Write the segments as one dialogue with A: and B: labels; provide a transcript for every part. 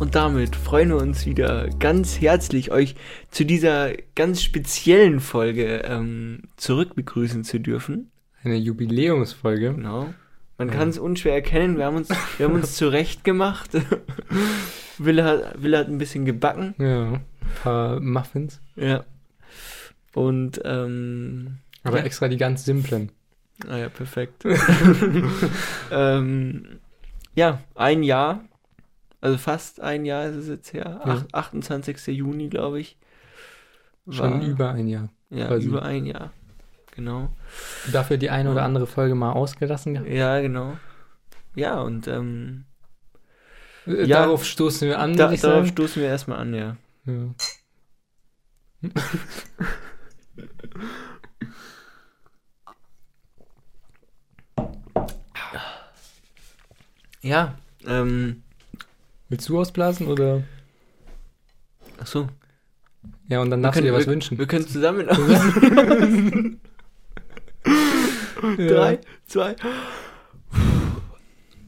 A: Und damit freuen wir uns wieder ganz herzlich, euch zu dieser ganz speziellen Folge ähm, zurück begrüßen zu dürfen.
B: Eine Jubiläumsfolge.
A: Genau. Man kann es unschwer erkennen, wir haben uns, wir haben uns zurecht gemacht. Wille hat, Wille hat ein bisschen gebacken.
B: Ja, ein paar Muffins.
A: Ja. Und, ähm,
B: Aber
A: Ja.
B: extra die ganz simplen.
A: ah ja, perfekt. ähm, ja, ein Jahr, also fast ein Jahr ist es jetzt her,
B: Ja.
A: Ach, 28. Juni, glaube ich.
B: Schon über ein Jahr.
A: Ja,
B: quasi.
A: über ein Jahr. Genau.
B: Dafür die eine oder andere Folge mal ausgelassen. gehabt.
A: Ja, genau. Ja, und ähm,
B: Äh,
A: Ja.
B: Darauf stoßen wir an,
A: da,
B: würde ich
A: darauf
B: sagen.
A: stoßen wir erstmal an, ja.
B: Ja.
A: Ja, ähm,
B: Willst du ausblasen oder?
A: ach so.
B: Ja, und dann darfst du dir was wünschen.
A: Wir können zusammen.
B: Ja.
A: Drei, zwei.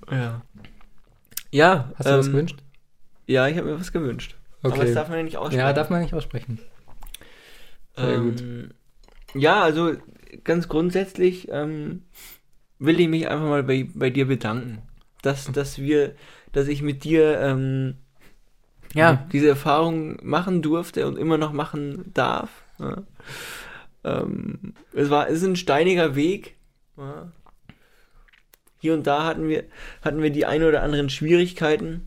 A: Ja. Ja.
B: Hast du was gewünscht?
A: Ja, ich habe mir was gewünscht. Ähm, Aber das
B: Okay.
A: darf man ja nicht aussprechen.
B: Ja, darf man nicht aussprechen. Sehr gut.
A: ähm, Ja, also ganz grundsätzlich ähm, will ich mich einfach mal bei, bei dir bedanken, dass, dass wir, dass ich mit dir ähm, ja, diese Erfahrung machen durfte und immer noch machen darf. Ja. Ähm, es war, es ist ein steiniger Weg. Ja. Hier und da hatten wir, hatten wir die ein oder anderen Schwierigkeiten,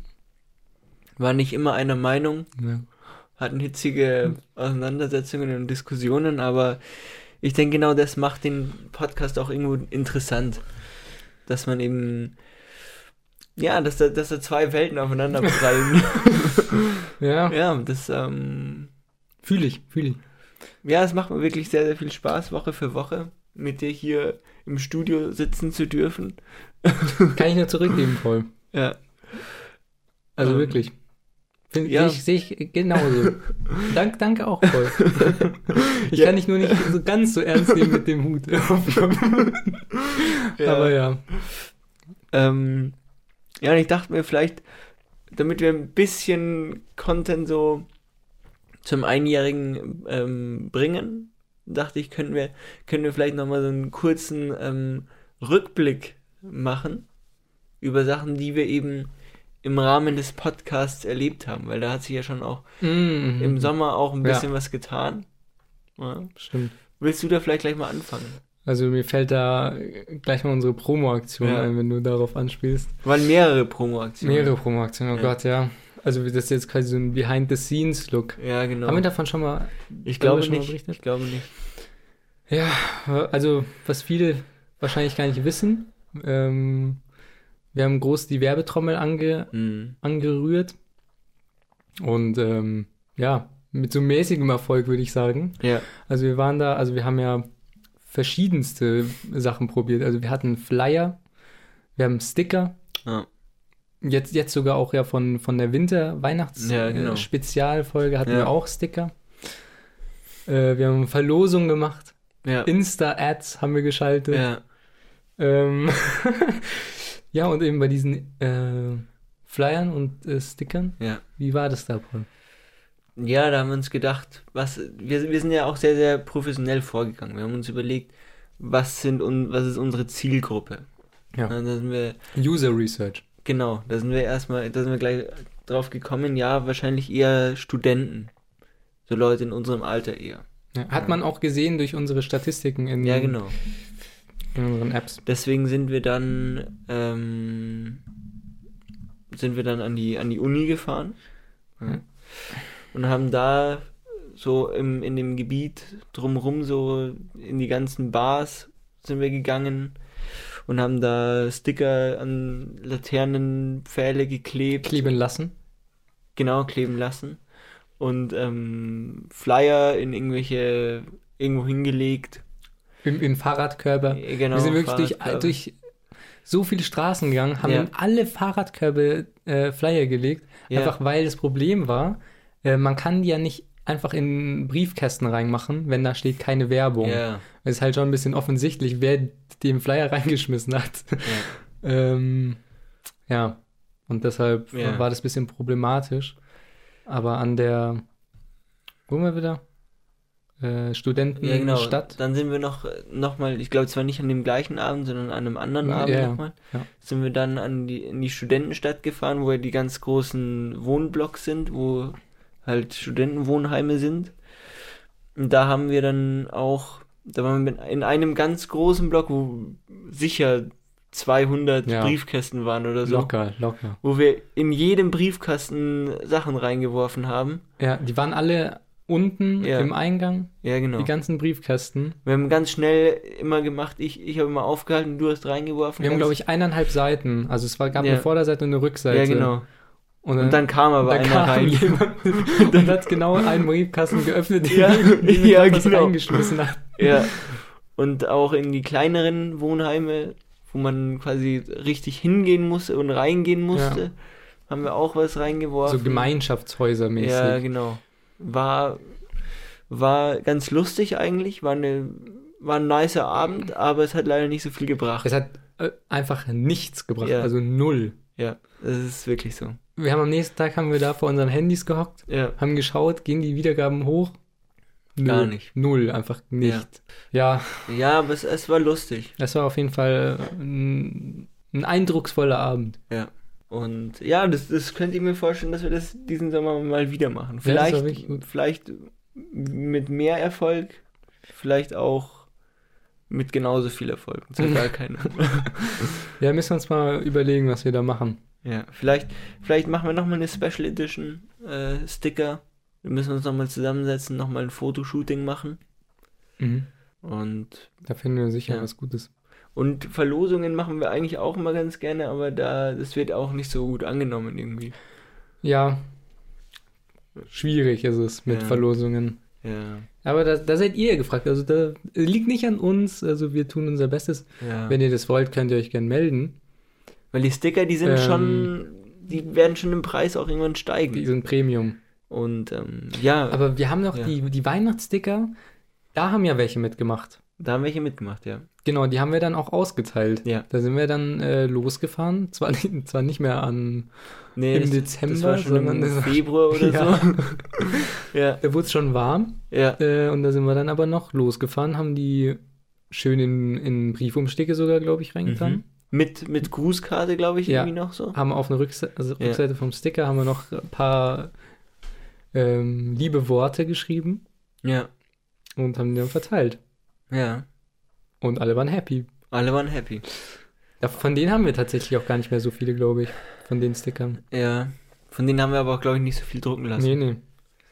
A: waren nicht immer einer Meinung
B: Ja.
A: hatten hitzige Auseinandersetzungen und Diskussionen, aber ich denke, genau das macht den Podcast auch irgendwo interessant. Dass man eben, ja, dass da, dass da zwei Welten aufeinander prallen.
B: Ja,
A: ja, das, ähm,
B: fühle ich, fühle ich.
A: ja, es macht mir wirklich sehr, sehr viel Spaß, Woche für Woche mit dir hier im Studio sitzen zu dürfen.
B: Kann ich nur zurückgeben, voll.
A: Ja,
B: Also
A: Ähm,
B: wirklich. Find-
A: ja.
B: Sehe ich, seh ich genauso. Dank, danke auch voll. Ich
A: Ja.
B: kann dich nur nicht so ganz so ernst nehmen mit dem Hut. Aber ja.
A: Ähm, ja, und ich dachte mir vielleicht, damit wir ein bisschen Content so zum Einjährigen ähm, bringen, dachte ich, könnten wir, können wir vielleicht nochmal so einen kurzen ähm, Rückblick machen über Sachen, die wir eben im Rahmen des Podcasts erlebt haben, weil da hat sich ja schon auch
B: Mhm.
A: im Sommer auch ein
B: Ja.
A: bisschen was getan. Ja.
B: Stimmt.
A: Willst du da vielleicht gleich mal anfangen?
B: Also mir fällt da gleich mal unsere Promo-Aktion
A: Ja.
B: ein, wenn du darauf anspielst.
A: Waren mehrere Promo-Aktionen.
B: Mehrere Promo-Aktionen, oh
A: Ja.
B: Gott, ja. Also das ist jetzt quasi so ein Behind-the-Scenes-Look.
A: Ja, genau.
B: Haben wir davon schon mal...
A: ich
B: haben wir
A: glaube
B: schon mal
A: nicht.
B: berichtet?
A: Ich glaube nicht.
B: Ja, also was viele wahrscheinlich gar nicht wissen, ähm, wir haben groß die Werbetrommel ange,
A: Mhm.
B: angerührt. Und ähm, ja, mit so mäßigem Erfolg würde ich sagen.
A: Ja.
B: Also wir waren da, also wir haben ja verschiedenste Sachen probiert. Also wir hatten Flyer, wir haben Sticker.
A: Ja.
B: Jetzt, jetzt sogar auch ja von, von der
A: Ja, genau.
B: Winter-Weihnachts-Spezialfolge hatten
A: Ja.
B: wir auch Sticker. Äh, wir haben Verlosung gemacht.
A: Ja.
B: Insta-Ads haben wir geschaltet.
A: ja.
B: Ähm, ja, und eben bei diesen äh, Flyern und äh, Stickern.
A: Ja.
B: Wie war das da, Paul?
A: Ja, da haben wir uns gedacht, was wir, wir sind ja auch sehr, sehr professionell vorgegangen. Wir haben uns überlegt, was sind un, was ist unsere Zielgruppe?
B: Ja.
A: Und da sind wir,
B: User Research.
A: genau, da sind wir erstmal, da sind wir gleich drauf gekommen, ja, wahrscheinlich eher Studenten. So Leute in unserem Alter eher.
B: Ja, hat
A: Ja.
B: man auch gesehen durch unsere Statistiken in,
A: Ja, genau.
B: in unseren Apps.
A: Deswegen sind wir dann, ähm, sind wir dann an die, an die Uni gefahren ja, und haben da so im, in dem Gebiet drumrum so in die ganzen Bars sind wir gegangen und haben da Sticker an Laternenpfähle geklebt,
B: Kleben lassen.
A: genau kleben lassen und ähm, Flyer in irgendwelche irgendwo hingelegt.
B: Im, im Fahrradkörper.
A: Genau,
B: wir sind wirklich durch,
A: Fahrradkörbe.
B: durch so viele Straßen gegangen, haben
A: Ja.
B: in alle Fahrradkörbe äh, Flyer gelegt,
A: Ja.
B: einfach weil das Problem war, äh, man kann die ja nicht einfach in Briefkästen reinmachen, wenn da steht keine Werbung.
A: Ja,
B: Es ist halt schon ein bisschen offensichtlich, wer den Flyer reingeschmissen hat.
A: ja.
B: ähm, ja, Und deshalb
A: Ja.
B: war das ein bisschen problematisch. Aber an der, wo waren wir wieder? Äh,
A: Ja, genau.
B: Studentenstadt.
A: Dann sind wir noch, noch mal, ich glaube zwar nicht an dem gleichen Abend, sondern an einem anderen
B: Ja,
A: Abend
B: ja,
A: nochmal,
B: ja.
A: sind wir dann an die, in die Studentenstadt gefahren, wo ja die ganz großen Wohnblocks sind, wo halt Studentenwohnheime sind. Und da haben wir dann auch, da waren wir in einem ganz großen Block, wo sicher 200
B: Ja.
A: Briefkästen waren oder so,
B: Locker, locker.
A: wo wir in jedem Briefkasten Sachen reingeworfen haben.
B: Ja, die waren alle unten
A: Ja.
B: im Eingang,
A: Ja, genau.
B: die ganzen Briefkästen.
A: Wir haben ganz schnell immer gemacht, ich, ich habe immer aufgehalten, du hast reingeworfen.
B: Wir haben,
A: Ganz-
B: glaube ich, eineinhalb Seiten. Also es war, gab
A: Ja.
B: eine Vorderseite und eine Rückseite.
A: Ja, genau.
B: Und dann,
A: Und dann kam aber
B: ne? da
A: einer
B: kam
A: rein.
B: jemand und hat genau einen Briefkasten geöffnet, den
A: Ja,
B: den
A: ja,
B: etwas
A: genau.
B: eingeschmissen hat.
A: Ja. Und auch in die kleineren Wohnheime, wo man quasi richtig hingehen musste und reingehen musste, haben wir auch was reingeworfen.
B: So Gemeinschaftshäusermäßig.
A: Ja, genau. War, war ganz lustig eigentlich, war, eine, war ein nicer Abend, aber es hat leider nicht so viel gebracht.
B: Es hat äh, einfach nichts gebracht,
A: Ja.
B: also null.
A: Ja, das ist wirklich so.
B: Wir haben am nächsten Tag haben wir da vor unseren Handys gehockt,
A: Ja.
B: haben geschaut, gehen die Wiedergaben hoch? Null.
A: Gar nicht.
B: Null, einfach nicht. Ja,
A: Ja, aber es, es war lustig.
B: es war auf jeden Fall äh, ein, ein eindrucksvoller Abend.
A: Und ja, das, das könnte ich mir vorstellen, dass wir das diesen Sommer mal wieder machen.
B: Ja, das war
A: Vielleicht,
B: wirklich gut.
A: vielleicht mit mehr Erfolg, vielleicht auch mit genauso viel Erfolg. Das hat gar keine.
B: Ja, müssen wir uns mal überlegen, was wir da machen.
A: ja, vielleicht, vielleicht machen wir nochmal eine Special Edition äh, Sticker. Wir müssen uns nochmal zusammensetzen, nochmal ein Fotoshooting machen. Und,
B: Da finden wir sicher
A: Mhm. Ja.
B: was Gutes.
A: und Verlosungen machen wir eigentlich auch immer ganz gerne, aber da, das wird auch nicht so gut angenommen irgendwie.
B: Ja, schwierig ist es mit
A: Ja.
B: Verlosungen.
A: Ja,
B: Aber da, da seid ihr gefragt. Also da liegt nicht an uns. Also wir tun unser Bestes.
A: ja.
B: Wenn ihr das wollt, könnt ihr euch gern melden.
A: Weil die Sticker, die sind
B: Ähm.
A: schon, die werden schon im Preis auch irgendwann
B: Die
A: steigen.
B: sind Premium.
A: Und ähm, ja,
B: Aber wir haben noch
A: Ja.
B: die, die Weihnachtssticker. Da haben ja welche mitgemacht.
A: da haben welche mitgemacht, ja.
B: Genau, die haben wir dann auch ausgeteilt.
A: Ja.
B: Da sind wir dann äh, losgefahren. Zwar, zwar nicht mehr an.
A: Nee,
B: Im
A: das,
B: Dezember,
A: das war schon
B: sondern
A: im
B: das war-
A: Februar oder
B: Ja.
A: so. Ja,
B: Da wurde es schon warm.
A: ja,
B: Äh, und da sind wir dann aber noch losgefahren, haben die schön in, in Briefumschläge sogar, glaube ich, reingetan.
A: Mhm. mit, mit Grußkarte, glaube ich,
B: Ja.
A: irgendwie noch so.
B: Haben auf einer Rückseite, also Rückseite vom Sticker haben wir noch ein paar ähm, liebe Worte geschrieben
A: Ja,
B: und haben die dann verteilt.
A: ja.
B: Und alle waren happy.
A: Alle waren happy.
B: Ja, Von denen haben wir tatsächlich auch gar nicht mehr so viele, glaube ich, von den Stickern.
A: Ja. Von denen haben wir aber auch, glaube ich, nicht so viel drucken lassen.
B: Nee, nee.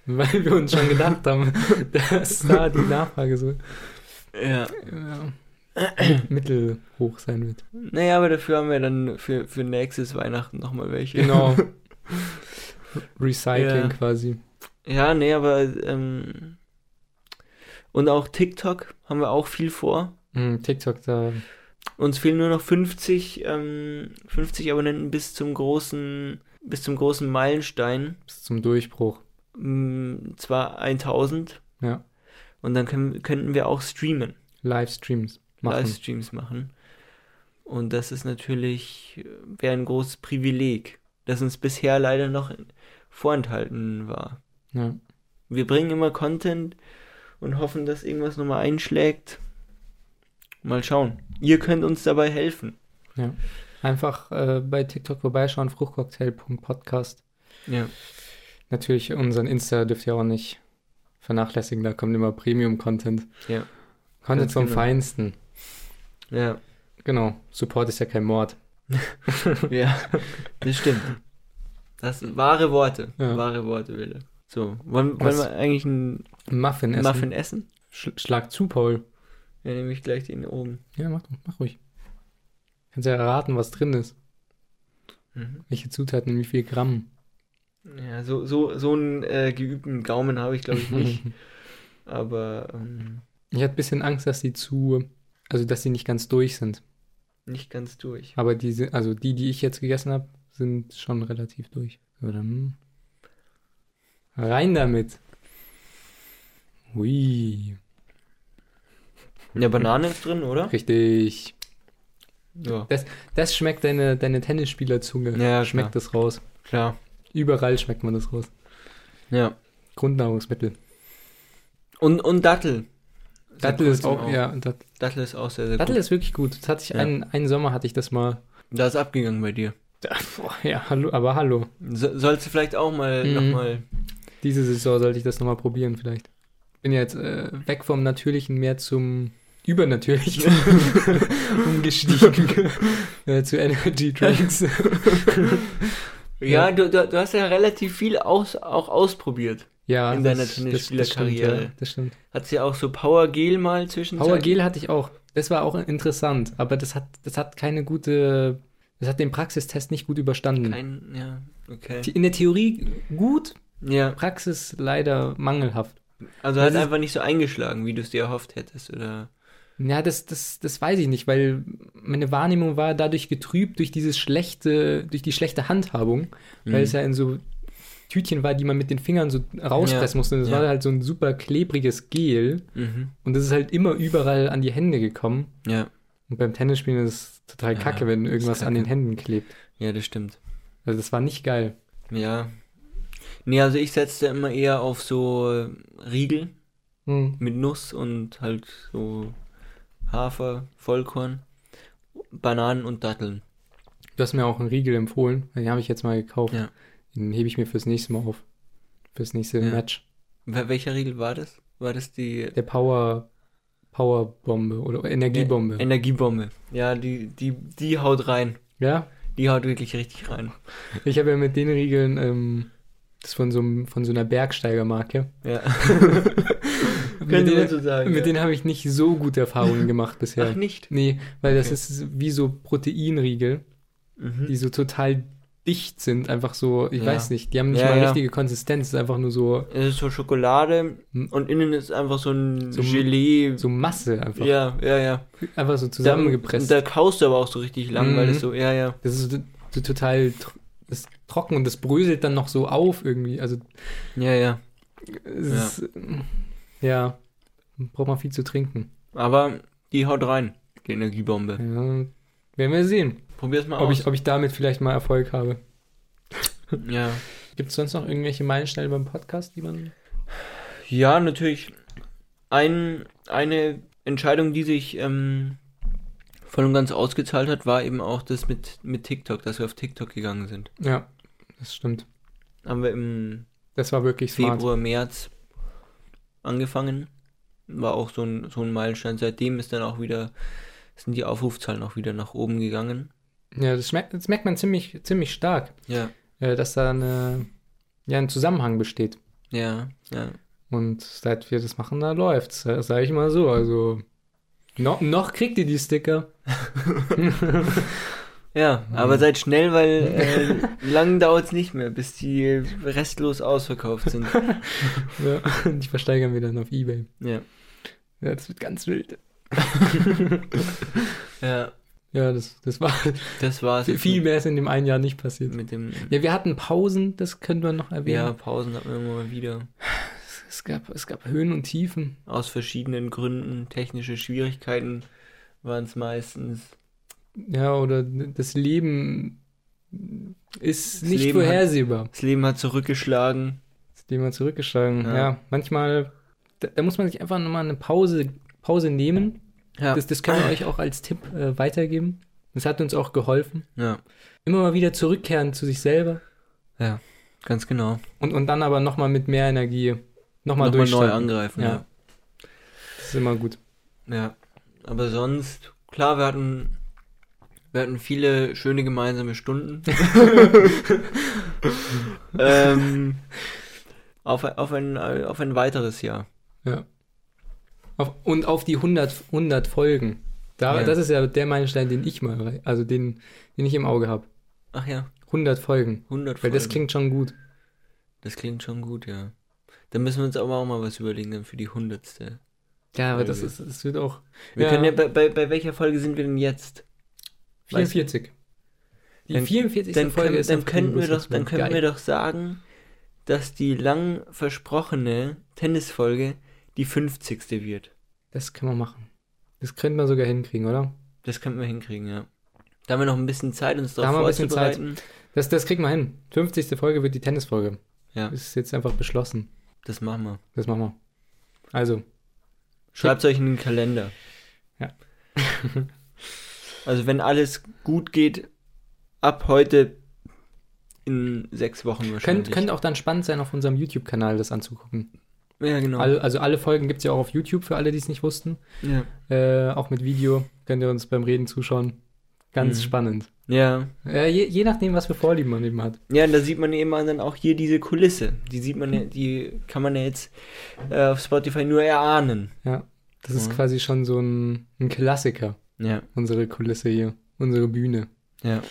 B: Weil wir uns schon gedacht haben, dass da die Nachfrage so
A: Ja.
B: äh, mittelhoch sein wird.
A: Naja, aber dafür haben wir dann für, für nächstes Weihnachten nochmal welche.
B: Genau. Recycling
A: Ja.
B: quasi.
A: Ja, nee, aber ähm, und auch TikTok haben wir auch viel vor.
B: Hm, TikTok da.
A: Uns fehlen nur noch 50, ähm, 50 Abonnenten bis zum großen, bis zum großen Meilenstein.
B: bis zum Durchbruch.
A: Mm, zwar 1000.
B: Ja.
A: Und dann können, könnten wir auch streamen,
B: Livestreams machen.
A: Livestreams machen. Und das ist natürlich, äh, wäre ein großes Privileg, das uns bisher leider noch vorenthalten war.
B: Ja.
A: Wir bringen immer Content und hoffen, dass irgendwas nochmal einschlägt. Mal schauen. Ihr könnt uns dabei helfen.
B: Einfach äh, bei TikTok vorbeischauen, fruchtcocktail.podcast.
A: Ja.
B: Natürlich unseren Insta dürft ihr auch nicht vernachlässigen, da kommt immer Premium-Content.
A: Ja.
B: Content
A: Ganz
B: vom
A: genau.
B: Feinsten.
A: Ja.
B: Genau, Support ist ja kein Mord.
A: Ja, das stimmt. Das sind wahre Worte.
B: Ja.
A: Wahre Worte, Wille. So, wollen, wollen
B: Was?
A: wir eigentlich einen
B: Muffin essen.
A: Muffin essen?
B: Sch Schlag zu, Paul.
A: Ja, nehme ich gleich den oben.
B: Ja, mach, mach ruhig. Kannst ja erraten, was drin ist.
A: Mhm.
B: Welche Zutaten, wie viel Gramm.
A: Ja, so, so, so einen äh, geübten Gaumen habe ich, glaube ich, nicht. Aber ähm,
B: Ich hatte ein bisschen Angst, dass die zu, also dass die nicht ganz durch sind.
A: nicht ganz durch.
B: Aber diese, also die, die ich jetzt gegessen habe, sind schon relativ durch. So, dann rein damit. Hui.
A: Ja, Banane ist drin, oder?
B: Richtig.
A: Ja,
B: Das, das schmeckt deine, deine Tennisspielerzunge.
A: Ja,
B: schmeckt das raus.
A: klar.
B: Überall schmeckt man das raus.
A: Ja.
B: Grundnahrungsmittel.
A: Und, und Dattel.
B: Dattel ist auch,
A: Ja.
B: ja, Dat,
A: Dattel ist auch sehr, sehr
B: Genau. Dattel
A: gut.
B: ist wirklich gut. Das hatte ich
A: Ja.
B: einen, einen Sommer hatte ich das mal.
A: Da ist abgegangen bei dir.
B: Ja, boah, ja, hallo, aber hallo.
A: So, sollst du vielleicht auch mal
B: Mhm.
A: nochmal.
B: Diese Saison sollte ich das nochmal probieren vielleicht. Bin ja jetzt äh, weg vom Natürlichen mehr zum Übernatürlichen umgestiegen. äh, zu Energy Drinks.
A: Ja,
B: Ja.
A: Du, du, du hast ja relativ viel aus, auch ausprobiert.
B: ja,
A: In deiner
B: das- das- Das
A: Tennisspielerkarriere.
B: stimmt, ja, das stimmt.
A: Hattest ja auch so Power Gel mal zwischenzeitlich.
B: Power Gel hatte ich auch. Das war auch interessant, aber das hat, das hat keine gute, das hat den Praxistest nicht gut überstanden.
A: Kein, ja, okay.
B: Die- In der Theorie gut,
A: Ja,
B: Praxis leider mangelhaft.
A: also
B: Das
A: hat
B: ist-
A: einfach nicht so eingeschlagen, wie du es dir erhofft hättest, oder?
B: Ja, das, das, das weiß ich nicht, weil meine Wahrnehmung war dadurch getrübt durch dieses schlechte, durch die schlechte Handhabung, weil
A: Mhm.
B: es ja in so Tütchen war, die man mit den Fingern so rauspressen
A: Ja,
B: musste. Und das
A: ja.
B: war halt so ein super klebriges Gel
A: Mhm.
B: und das ist halt immer überall an die Hände gekommen.
A: Ja,
B: Und beim Tennisspielen ist es total
A: Ja,
B: kacke, wenn irgendwas an
A: kacke.
B: den Händen klebt.
A: ja, das stimmt.
B: Also das war nicht geil.
A: Ja. Nee, also ich setzte immer eher auf so äh, Riegel
B: Hm.
A: mit Nuss und halt so Hafer, Vollkorn, Bananen und Datteln.
B: Du hast mir auch einen Riegel empfohlen. Den habe ich jetzt mal gekauft.
A: Ja.
B: Den hebe ich mir fürs nächste Mal auf. Fürs nächste
A: Ja.
B: Match.
A: Wel- Welcher Riegel war das? War das die
B: Der Power Powerbombe oder Energiebombe.
A: Energiebombe? Ja, die, die, die haut rein.
B: ja.
A: Die haut wirklich richtig rein.
B: Ich habe ja mit den Riegeln ähm, das von so, einem- von so einer Bergsteigermarke.
A: Ja.
B: Mit denen,
A: so sagen.
B: mit
A: ja.
B: denen habe ich nicht so gute Erfahrungen gemacht bisher.
A: Ach, nicht?
B: Nee, weil das
A: Okay.
B: ist wie so Proteinriegel,
A: Mhm.
B: die so total dicht sind, einfach so, ich
A: Ja.
B: weiß nicht, die haben nicht
A: Ja,
B: mal
A: ja.
B: richtige Konsistenz, es ist einfach nur so,
A: Es ist so Schokolade
B: Hm.
A: und innen ist einfach so ein
B: So ein-
A: Gelee.
B: so Masse einfach.
A: ja, ja, ja.
B: Einfach so
A: Da-
B: zusammengepresst.
A: Da kaust du aber auch so richtig lang,
B: Mhm.
A: weil das so, ja, ja.
B: Das ist so, so total tr- das ist trocken und das bröselt dann noch so auf irgendwie. Also
A: Ja, ja.
B: es ist, äh, ja, braucht man viel zu trinken.
A: Aber die haut rein, die Energiebombe.
B: Ja, werden wir sehen,
A: Probier's mal
B: ob
A: aus.
B: ich, ob ich damit vielleicht mal Erfolg habe.
A: ja.
B: Gibt es sonst noch irgendwelche Meilensteine beim Podcast, die man...
A: ja, natürlich. Ein, eine Entscheidung, die sich ähm, voll und ganz ausgezahlt hat, war eben auch das mit, mit TikTok, dass wir auf TikTok gegangen sind.
B: Ja, das stimmt.
A: Haben wir im
B: Das war wirklich smart.
A: Februar, März angefangen. War auch so ein, so ein Meilenstein. Seitdem ist dann auch wieder, sind die Aufrufzahlen auch wieder nach oben gegangen.
B: Ja, das, schmeckt, das merkt man ziemlich, ziemlich stark,
A: Ja.
B: äh, dass da eine, ja, ein Zusammenhang besteht.
A: Ja, ja.
B: Und seit wir das machen, da läuft's. Das sage ich mal so. Also, no, noch kriegt ihr die Sticker.
A: Ja, aber seid schnell, weil äh, lang dauert es nicht mehr, bis die restlos ausverkauft sind.
B: Ja, die versteigern wir dann auf Ebay.
A: Ja.
B: Ja, das wird ganz wild.
A: Ja,
B: Ja, das, das war
A: das war's. jetzt
B: Also viel mehr ist in dem einen Jahr nicht passiert.
A: mit, mit dem.
B: Ja, wir hatten Pausen, das können wir noch
A: Ja,
B: erwähnen.
A: Pausen hatten wir immer mal wieder.
B: Es, gab, es gab Höhen und Tiefen.
A: Aus verschiedenen Gründen. Technische Schwierigkeiten waren es meistens.
B: Ja, oder das Leben ist
A: Das
B: nicht
A: Leben hat-
B: vorhersehbar.
A: Das Leben hat zurückgeschlagen.
B: Das Thema zurückgeschlagen.
A: Ja.
B: Ja, manchmal, da, da muss man sich einfach nochmal eine Pause, Pause nehmen.
A: Ja.
B: Das, das können wir euch auch als Tipp äh, weitergeben. Das hat uns auch geholfen.
A: ja,
B: Immer mal wieder zurückkehren zu sich selber
A: ganz genau.
B: und, und dann aber nochmal mit mehr Energie nochmal
A: Nochmal
B: durchstarten.
A: neu angreifen.
B: Ja. Das ist immer gut.
A: ja. ja. Aber sonst, klar, wir hatten, wir hatten viele schöne gemeinsame Stunden. ähm, auf, auf, ein, auf ein weiteres Jahr.
B: Auf, und auf die 100, 100 Folgen. Da,
A: Ja.
B: Das ist ja der Meilenstein, den ich mal, rei- also den, den ich im Auge habe.
A: Ach ja,
B: 100 Folgen.
A: 100
B: Weil das
A: Folgen.
B: klingt schon gut.
A: Das klingt schon gut, ja. Dann müssen wir uns aber auch mal was überlegen dann für die hundertste.
B: Ja, aber
A: Folge.
B: das, ist, das wird auch
A: Wir
B: Ja.
A: können ja bei, bei, bei welcher Folge sind wir denn jetzt? Weiß
B: 44. Die
A: Dann-
B: 44.
A: Dann,
B: Folge
A: können,
B: ist
A: dann
B: auf
A: könnten wir
B: Google
A: doch, dann
B: Search
A: könnten wir
B: geil.
A: doch sagen, dass die lang versprochene Tennisfolge die 50. wird.
B: Das kann man machen. Das könnte man sogar hinkriegen, oder?
A: Das könnten wir hinkriegen, ja. Da haben wir noch ein bisschen Zeit, uns
B: haben
A: darauf
B: wir ein bisschen Zeit.
A: vorzubereiten.
B: Das, das kriegen wir hin. 50. Folge wird die Tennisfolge.
A: Ja.
B: Ist jetzt einfach beschlossen.
A: Das machen wir.
B: Das machen wir. Also,
A: Schreibt euch in den Kalender.
B: Ja.
A: also wenn alles gut geht, ab heute in sechs Wochen wahrscheinlich.
B: könnte könnt auch dann spannend sein, auf unserem YouTube-Kanal das anzugucken.
A: ja, genau.
B: Alle, also alle Folgen gibt es ja auch auf YouTube, für alle, die es nicht wussten.
A: ja.
B: Äh, auch mit Video könnt ihr uns beim Reden zuschauen. Ganz
A: Mhm.
B: spannend.
A: ja.
B: Äh, je, je nachdem, was für Vorlieben man eben hat.
A: Ja, und da sieht man eben dann auch hier diese Kulisse. Die sieht man, ja- die kann man ja jetzt äh, auf Spotify nur erahnen.
B: Ja, das ist
A: Mhm.
B: quasi schon so ein, ein Klassiker,
A: Ja,
B: unsere Kulisse hier, unsere Bühne.
A: ja.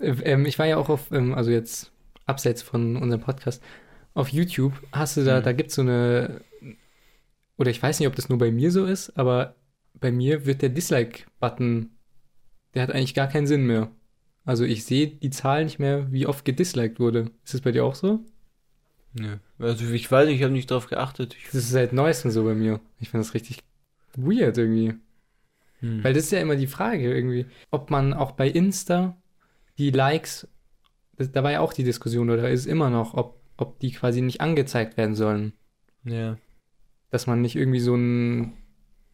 B: Äh, Ähm, ich war ja auch auf, ähm, also jetzt abseits von unserem Podcast, auf YouTube hast du da,
A: Mhm.
B: da gibt es so eine, oder ich weiß nicht, ob das nur bei mir so ist, aber bei mir wird der Dislike-Button, der hat eigentlich gar keinen Sinn mehr. Also ich sehe die Zahl nicht mehr, wie oft gedisliked wurde. Ist das bei dir auch so?
A: ja. Also ich weiß nicht, ich habe nicht drauf geachtet. Ich,
B: Das ist seit neuestem so bei mir. Ich finde das richtig weird irgendwie.
A: hm.
B: Weil das ist ja immer die Frage irgendwie, ob man auch bei Insta die Likes, das, da war ja auch die Diskussion oder ist immer noch, ob, ob die quasi nicht angezeigt werden sollen.
A: ja.
B: Dass man nicht irgendwie so, ein,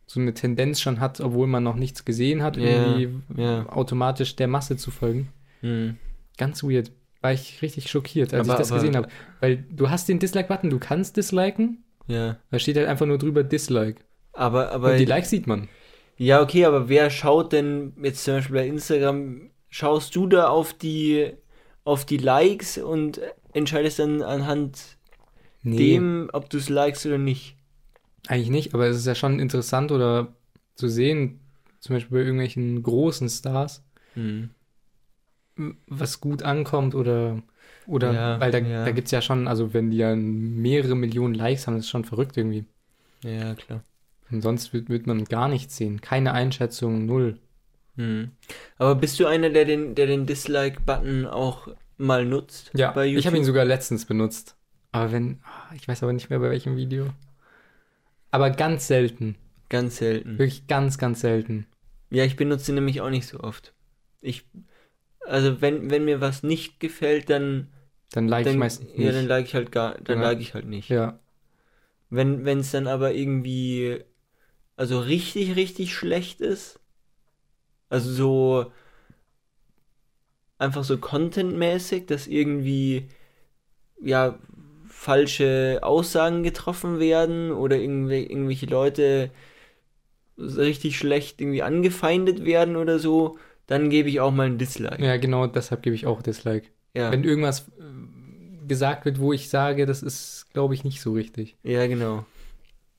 B: so eine Tendenz schon hat, obwohl man noch nichts gesehen hat,
A: Ja,
B: irgendwie
A: ja.
B: automatisch der Masse zu folgen.
A: Hm.
B: Ganz weird. War ich richtig schockiert, als
A: Aber-
B: ich das
A: aber-
B: gesehen habe. Weil du hast den Dislike-Button, du kannst disliken,
A: ja.
B: da steht halt einfach nur drüber Dislike.
A: Aber, aber
B: Und die Likes sieht man.
A: Ja, okay, aber wer schaut denn jetzt zum Beispiel bei Instagram, schaust du da auf die, auf die Likes und entscheidest dann anhand
B: Nee.
A: dem, ob du es likest oder nicht?
B: Eigentlich nicht, aber es ist ja schon interessant oder zu sehen, zum Beispiel bei irgendwelchen großen Stars,
A: Hm.
B: m- was gut ankommt oder, oder
A: Ja,
B: weil da,
A: ja.
B: da gibt es ja schon, also wenn die ja mehrere Millionen Likes haben, das ist schon verrückt irgendwie.
A: Ja, klar.
B: Und sonst wird, wird man gar nichts sehen. Keine Einschätzung, null.
A: Mhm. Aber bist du einer, der den, der den Dislike-Button auch mal nutzt
B: Ja,
A: bei YouTube?
B: ich habe ihn sogar letztens benutzt. Aber wenn, ah, ich weiß aber nicht mehr bei welchem Video. Aber ganz selten.
A: Ganz selten.
B: Wirklich ganz, ganz selten.
A: Ja, ich benutze ihn nämlich auch nicht so oft. Ich, also wenn, wenn mir was nicht gefällt, dann,
B: Dann like ich
A: dann,
B: meistens nicht. Genau.
A: ja, dann like ich halt gar, dann
B: Ja.
A: like ich halt nicht.
B: ja.
A: Wenn wenn es dann aber irgendwie also richtig richtig schlecht ist, also so einfach so contentmäßig, dass irgendwie ja falsche Aussagen getroffen werden oder irgendwie irgendwelche Leute so richtig schlecht irgendwie angefeindet werden oder so, dann gebe ich auch mal ein Dislike.
B: ja, genau deshalb gebe ich auch Dislike.
A: Ja,
B: Wenn irgendwas äh, gesagt wird, wo ich sage, das ist, glaube ich, nicht so richtig.
A: ja genau.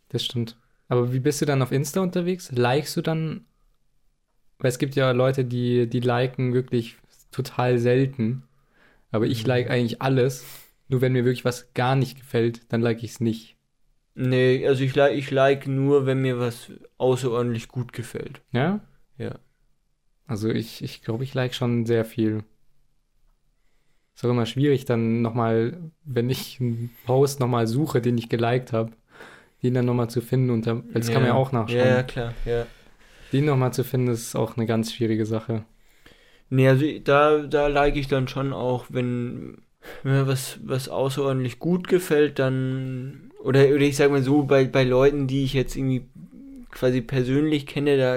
B: Das stimmt. Aber wie bist du dann auf Insta unterwegs? Likest du dann? Weil es gibt ja Leute, die, die liken wirklich total selten. Aber ich like eigentlich alles. Nur wenn mir wirklich was gar nicht gefällt, dann like ich es nicht.
A: Nee, also ich like, ich like nur, wenn mir was außerordentlich gut gefällt.
B: Ja?
A: Ja.
B: Also ich, ich glaube, ich like schon sehr viel. Ist auch immer schwierig, dann nochmal, wenn ich einen Post nochmal suche, den ich geliked habe, den dann nochmal zu finden und dann, das kann man ja auch nachschauen.
A: Ja, ja, klar, ja.
B: Den nochmal zu finden, ist auch eine ganz schwierige Sache.
A: Nee, also da, da like ich dann schon auch, wenn, wenn mir was, was außerordentlich gut gefällt, dann. Oder, oder ich sag mal so, bei, bei Leuten, die ich jetzt irgendwie quasi persönlich kenne, da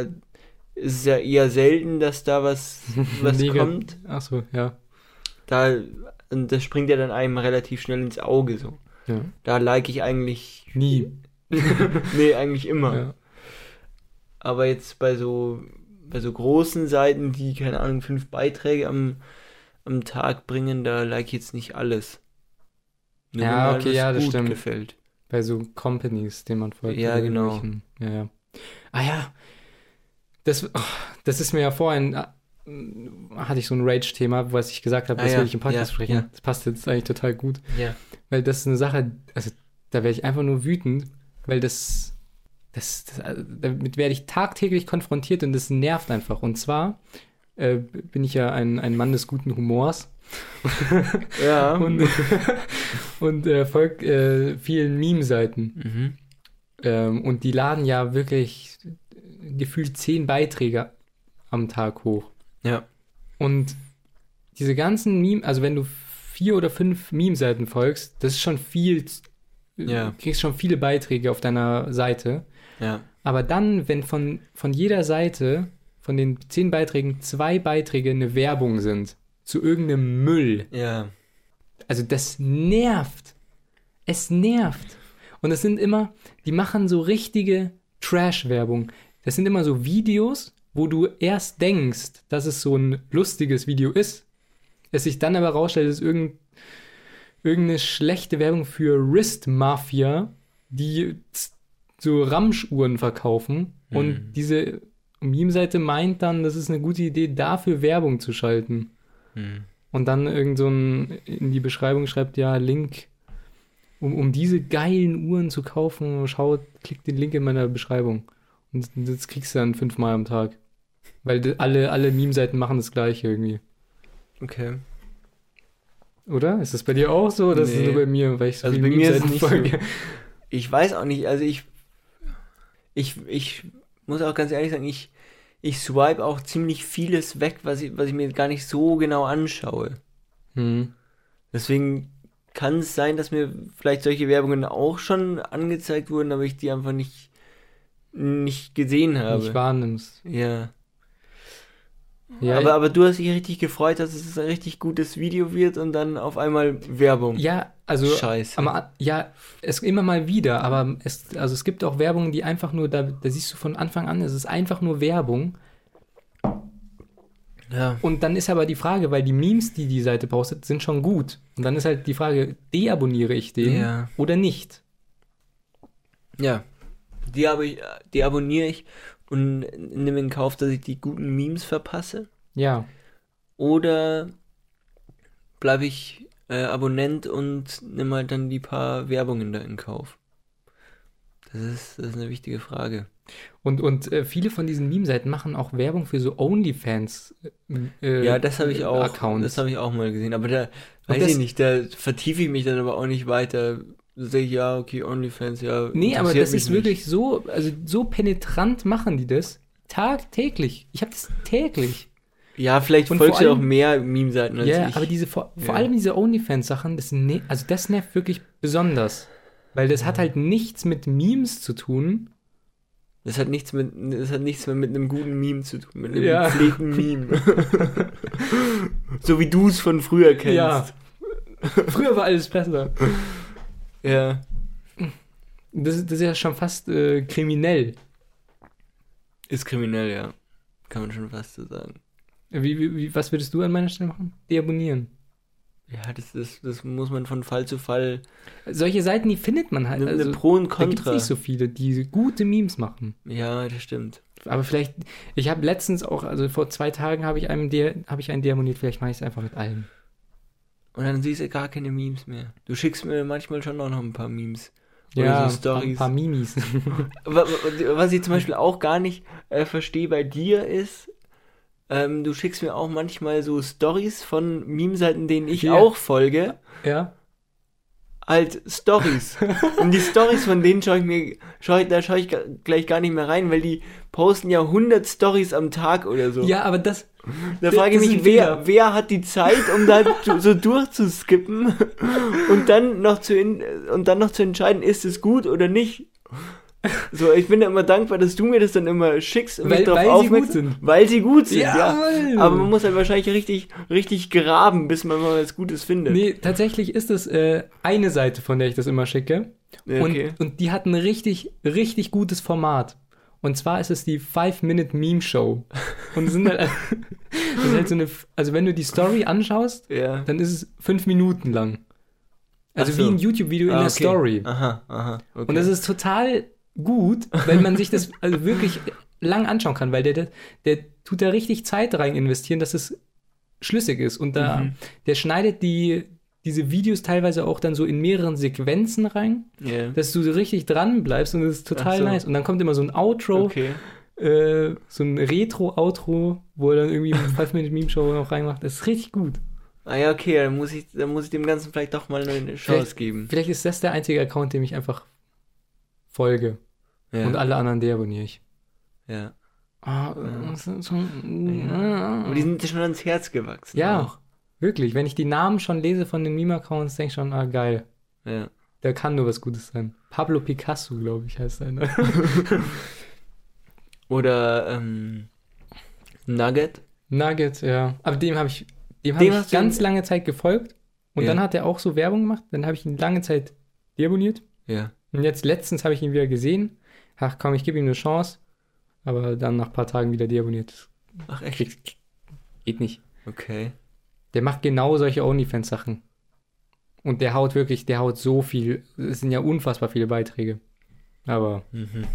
A: ist es ja eher selten, dass da was, was
B: Nega-
A: kommt.
B: Achso, ja.
A: Da, und das springt ja dann einem relativ schnell ins Auge so.
B: ja.
A: Da like ich eigentlich.
B: Nie.
A: nee, eigentlich immer.
B: Ja.
A: Aber jetzt bei so, bei so großen Seiten, die, keine Ahnung, fünf Beiträge am, am Tag bringen, da like ich jetzt nicht alles.
B: Ja,
A: wenn mir
B: okay,
A: was
B: ja, das stimmt.
A: gefällt.
B: Bei so Companies, denen man folgt.
A: Ja,
B: oder
A: genau.
B: irgendwelchen- Ja, ja. Ah ja, das, oh, das ist mir ja vorhin, ah, hatte ich so ein Rage-Thema, was ich gesagt habe,
A: Ah
B: das
A: ja,
B: will ich im Podcast
A: ja,
B: sprechen.
A: ja.
B: Das passt jetzt eigentlich total gut.
A: Ja.
B: Weil das ist eine Sache, also da wäre ich einfach nur wütend, weil das, das, das also, damit werde ich tagtäglich konfrontiert und das nervt einfach. Und zwar äh, bin ich ja ein, ein Mann des guten Humors
A: Ja.
B: und, und äh, folgt äh, vielen Meme-Seiten.
A: mhm.
B: Ähm, und die laden ja wirklich gefühlt zehn Beiträge am Tag hoch.
A: Ja.
B: Und diese ganzen Meme, also wenn du vier oder fünf Meme-Seiten folgst, das ist schon viel,
A: Ja.
B: du kriegst schon viele Beiträge auf deiner Seite.
A: Ja.
B: Aber dann, wenn von, von jeder Seite, von den zehn Beiträgen, zwei Beiträge eine Werbung sind, zu irgendeinem Müll,
A: Ja.
B: also das nervt. Es nervt. Und es sind immer, die machen so richtige Trash-Werbung. Das sind immer so Videos, wo du erst denkst, dass es so ein lustiges Video ist. Es sich dann aber rausstellt, es ist irgend, irgendeine schlechte Werbung für Wrist Mafia, die z- so Ramschuhren verkaufen. Und diese Meme-Seite meint dann, das ist eine gute Idee, dafür Werbung zu schalten.
A: Mhm.
B: Und dann irgend so ein, in die Beschreibung schreibt, ja, Link, um, um diese geilen Uhren zu kaufen, schaut, klickt den Link in meiner Beschreibung. Und das kriegst du dann fünfmal am Tag. Weil d- alle, alle Meme-Seiten machen das gleiche irgendwie.
A: Okay.
B: Oder? Ist das bei dir auch so? Oder ist das
A: Nee.
B: nur bei mir, weil ich so
A: Also
B: viele
A: bei mir ist es
B: Meme-Seiten
A: nicht so.
B: folge?
A: Ich weiß auch nicht, also ich. Ich, ich muss auch ganz ehrlich sagen, ich, ich swipe auch ziemlich vieles weg, was ich, was ich mir gar nicht so genau anschaue.
B: Hm.
A: Deswegen kann es sein, dass mir vielleicht solche Werbungen auch schon angezeigt wurden, aber ich die einfach nicht, nicht gesehen habe.
B: Nicht wahrnimmst.
A: Ja.
B: Ja,
A: aber, aber du hast dich richtig gefreut, dass es ein richtig gutes Video wird und dann auf einmal Werbung.
B: ja, also
A: Scheiße.
B: Am A- ja, es immer mal wieder, aber es, also es gibt auch Werbung, die einfach nur, da, da siehst du von Anfang an, es ist einfach nur Werbung.
A: ja.
B: Und dann ist aber die Frage, weil die Memes, die die Seite postet, sind schon gut. Und dann ist halt die Frage, deabonniere ich den
A: Ja.
B: oder nicht?
A: Ja. Die, habe ich, äh, die abonniere ich und nehme in Kauf, dass ich die guten Memes verpasse.
B: Ja,
A: Oder bleibe ich äh, Abonnent und nehme halt dann die paar Werbungen da in Kauf. Das ist, das ist eine wichtige Frage.
B: und, und äh, viele von diesen Meme-Seiten machen auch Werbung für so OnlyFans. Äh,
A: Ja, das habe ich
B: äh,
A: auch. Das
B: Accounts.
A: habe ich auch mal gesehen. Aber da weiß
B: das-
A: ich nicht, da vertiefe ich mich dann aber auch nicht weiter. Da sehe ich, ja, okay, OnlyFans, ja.
B: Nee, aber
A: interessiert
B: das
A: mich
B: ist
A: nicht.
B: wirklich so, also so penetrant machen die das. Tagtäglich. Ich habe das täglich.
A: Ja, vielleicht
B: Und
A: folgst
B: vor
A: du auch
B: allem-
A: mehr Meme-Seiten als
B: Ja,
A: ich.
B: aber diese vor,
A: Ja.
B: vor allem diese OnlyFans-Sachen, das ne also das nervt wirklich besonders. Weil das hat halt nichts mit Memes zu tun.
A: das hat nichts mit, das hat nichts mehr mit einem guten Meme zu tun, mit einem
B: Ja.
A: gepflegten Meme. so wie du es von früher kennst.
B: Früher war alles besser.
A: Ja. ja.
B: Das, ist- das ist ja schon fast äh, kriminell.
A: Ist kriminell, ja. Kann man schon fast so sagen.
B: Wie, wie, wie, was würdest du an meiner Stelle machen? Deabonnieren.
A: Ja, das, das, das muss man von Fall zu Fall.
B: Solche Seiten, die findet man halt.
A: Eine,
B: Also,
A: eine Pro und
B: da gibt es
A: Contra.
B: nicht so viele, die gute Memes machen.
A: ja, das stimmt.
B: Aber vielleicht, ich habe letztens auch, also vor zwei Tagen habe ich, einem De hab ich einen deabonniert, vielleicht mache ich es einfach mit allen.
A: Und dann siehst du gar keine Memes mehr. Du schickst mir manchmal schon auch noch ein paar Memes. Oder
B: Ja,
A: so
B: ein
A: Stories.
B: paar Mimis.
A: Wa- wa- Was ich zum Beispiel auch gar nicht äh, verstehe bei dir ist, ähm, du schickst mir auch manchmal so Stories von Meme-Seiten, denen ich
B: Ja.
A: auch folge,
B: ja.
A: halt Stories. Und die Stories von denen schaue ich mir, schau ich, da schaue ich ga- gleich gar nicht mehr rein, weil die posten ja 100 Stories am Tag oder so.
B: Ja, aber das,
A: Da
B: Das
A: frage ich
B: ist
A: mich,
B: ein
A: wer,
B: Fehler.
A: wer hat die Zeit, um da so- so durchzuskippen und dann noch zu in, und dann noch zu entscheiden, ist es gut oder nicht? So, ich bin da immer dankbar, dass du mir das dann immer schickst und
B: Weil-
A: mich darauf
B: weil sie
A: aufmerksam,
B: gut sind.
A: weil sie gut sind. Ja,
B: Jawohl.
A: aber man muss halt wahrscheinlich richtig, richtig graben, bis man mal was Gutes findet.
B: Nee, tatsächlich ist es äh, eine Seite, von der ich das immer schicke.
A: Ja, okay.
B: Und, und die hat ein richtig, richtig gutes Format. Und zwar ist es die Five-Minute-Meme-Show. Und es sind halt, das ist halt so eine, also wenn du die Story anschaust,
A: ja.
B: dann ist es fünf Minuten lang. Also
A: Ach so.
B: wie ein YouTube-Video in
A: Ah,
B: der
A: okay.
B: Story.
A: Aha, aha. Okay.
B: Und das ist total gut, wenn man sich das also wirklich lang anschauen kann, weil der, der, der tut da richtig Zeit rein investieren, dass es schlüssig ist. Und da,
A: Mhm.
B: der schneidet die, diese Videos teilweise auch dann so in mehreren Sequenzen rein,
A: Ja.
B: dass du so richtig dran bleibst und das ist total
A: Ach so.
B: nice. Und dann kommt immer so ein Outro,
A: okay.
B: äh, so ein Retro-Outro, wo er dann irgendwie eine 5-Minute-Meme-Show noch reinmacht. Das ist richtig gut.
A: Ah ja, okay, dann muss ich, dann muss ich dem Ganzen vielleicht doch mal eine Chance
B: Vielleicht-
A: geben.
B: Vielleicht ist das der einzige Account, dem ich einfach folge.
A: Ja.
B: Und alle anderen deabonniere ich.
A: ja.
B: Ah, das ist schon, ja.
A: Aber die sind schon ans Herz gewachsen.
B: Ja,
A: Auch.
B: wirklich. Wenn ich die Namen schon lese von den Meme-Accounts, denke ich schon, ah, geil.
A: Ja.
B: Da kann nur was Gutes sein. Pablo Picasso, glaube ich, heißt ne? einer.
A: Oder ähm, Nugget.
B: Nugget, ja. Aber dem habe ich,
A: Dem
B: dem habe ich
A: hast du-
B: ganz lange Zeit gefolgt. Und
A: Ja.
B: dann hat er auch so Werbung gemacht. Dann habe ich ihn lange Zeit deabonniert.
A: Ja.
B: Und jetzt letztens habe ich ihn wieder gesehen. Ach komm, ich gebe ihm eine Chance. Aber dann nach ein paar Tagen wieder deabonniert. Das
A: Ach echt?
B: kriegst- Geht nicht.
A: Okay.
B: Der macht genau solche OnlyFans-Sachen. Und der haut wirklich, der haut so viel. Es sind ja unfassbar viele Beiträge. Aber,
A: Mhm.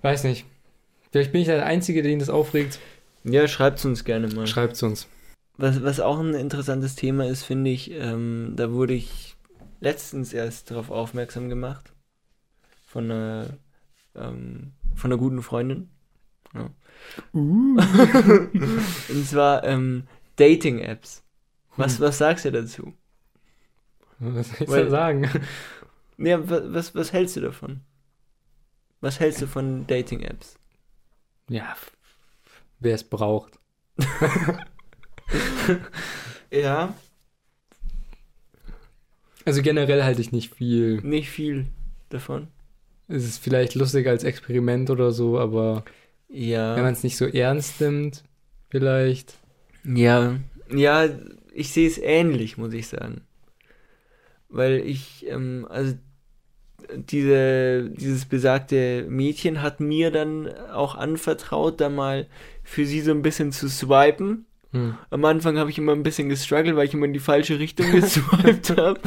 B: weiß nicht. Vielleicht bin ich der Einzige, den das aufregt.
A: Ja, schreibt's uns gerne mal.
B: Schreibt's uns.
A: Was, was auch ein interessantes Thema ist, finde ich, ähm, da wurde ich letztens erst darauf aufmerksam gemacht. Von einer, ähm, von einer guten Freundin. Ja. Uh. Und zwar ähm, Dating-Apps. Was, was sagst du dazu?
B: Was soll ich
A: Weil-
B: da sagen?
A: Ja, wa- was, was hältst du davon? Was hältst du von Dating-Apps?
B: Ja, f- wer es braucht.
A: Ja.
B: Also generell halte ich nicht viel.
A: Nicht viel davon.
B: Es ist vielleicht lustig als Experiment oder so, aber
A: Ja.
B: wenn man es nicht so ernst nimmt, vielleicht.
A: Ja, ja, ich sehe es ähnlich, muss ich sagen. Weil ich, ähm, also diese, dieses besagte Mädchen hat mir dann auch anvertraut, da mal für sie so ein bisschen zu swipen.
B: Hm.
A: Am Anfang habe ich immer ein bisschen gestruggelt, weil ich immer in die falsche Richtung geswiped habe.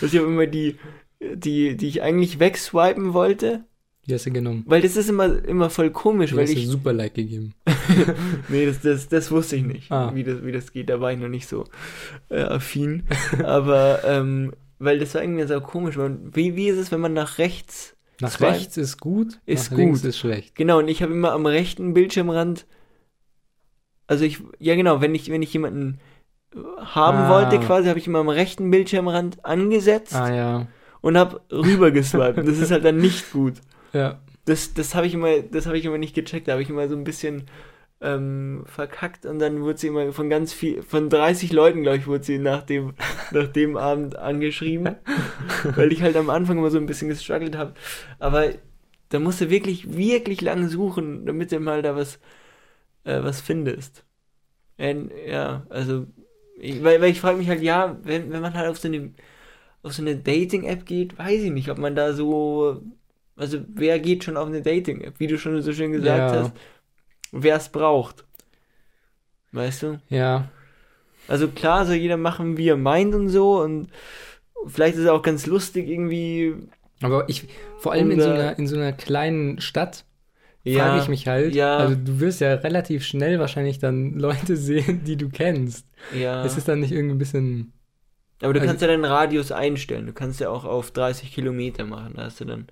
A: Also ich habe immer die, die, die ich eigentlich wegswipen wollte.
B: Die hast du genommen.
A: Weil das ist immer, immer voll komisch,
B: Die
A: weil
B: hast du
A: ich.
B: super Like gegeben.
A: Nee, das, das, das wusste ich nicht,
B: Ah.
A: wie, das, wie das geht. Da war ich noch nicht so äh, affin. Aber, ähm, weil das war irgendwie so komisch. Man, wie, wie ist es, wenn man nach rechts.
B: Nach
A: Zwei-
B: rechts ist gut,
A: Ist
B: nach links
A: gut.
B: ist schlecht.
A: Genau, und ich habe immer am rechten Bildschirmrand. Also ich. Ja, genau, wenn ich, wenn ich jemanden äh, haben
B: Ah.
A: wollte, quasi, habe ich immer am rechten Bildschirmrand angesetzt
B: Ah ja.
A: und habe rüber geswiped. Und das ist halt dann nicht gut.
B: Ja.
A: Das, das habe ich immer, das habe ich immer nicht gecheckt. Da habe ich immer so ein bisschen ähm, verkackt und dann wurde sie immer von ganz viel, von 30 Leuten, glaube ich, wurde sie nach dem, nach dem Abend angeschrieben, weil ich halt am Anfang immer so ein bisschen gestruggelt habe. Aber da musst du wirklich, wirklich lange suchen, damit du mal da was, äh, was findest. Ähm, ja, also, ich, weil, weil ich frage mich halt, ja, wenn, wenn man halt auf so eine, auf so eine Dating-App geht, weiß ich nicht, ob man da so, also wer geht schon auf eine Dating-App, wie du schon so schön gesagt
B: Ja.
A: hast, wer es braucht. Weißt du?
B: Ja.
A: Also klar soll jeder machen, wie er meint und so und vielleicht ist es auch ganz lustig irgendwie.
B: Aber ich, vor allem in so,
A: Oder-
B: einer, in so einer kleinen Stadt,
A: äh, Ja,
B: frage ich mich halt.
A: ja.
B: Also du wirst ja relativ schnell wahrscheinlich dann Leute sehen, die du kennst.
A: Ja.
B: Es ist dann nicht irgendwie ein bisschen.
A: Aber du
B: also-
A: kannst ja deinen Radius einstellen. Du kannst ja auch auf 30 Kilometer machen. Da hast du dann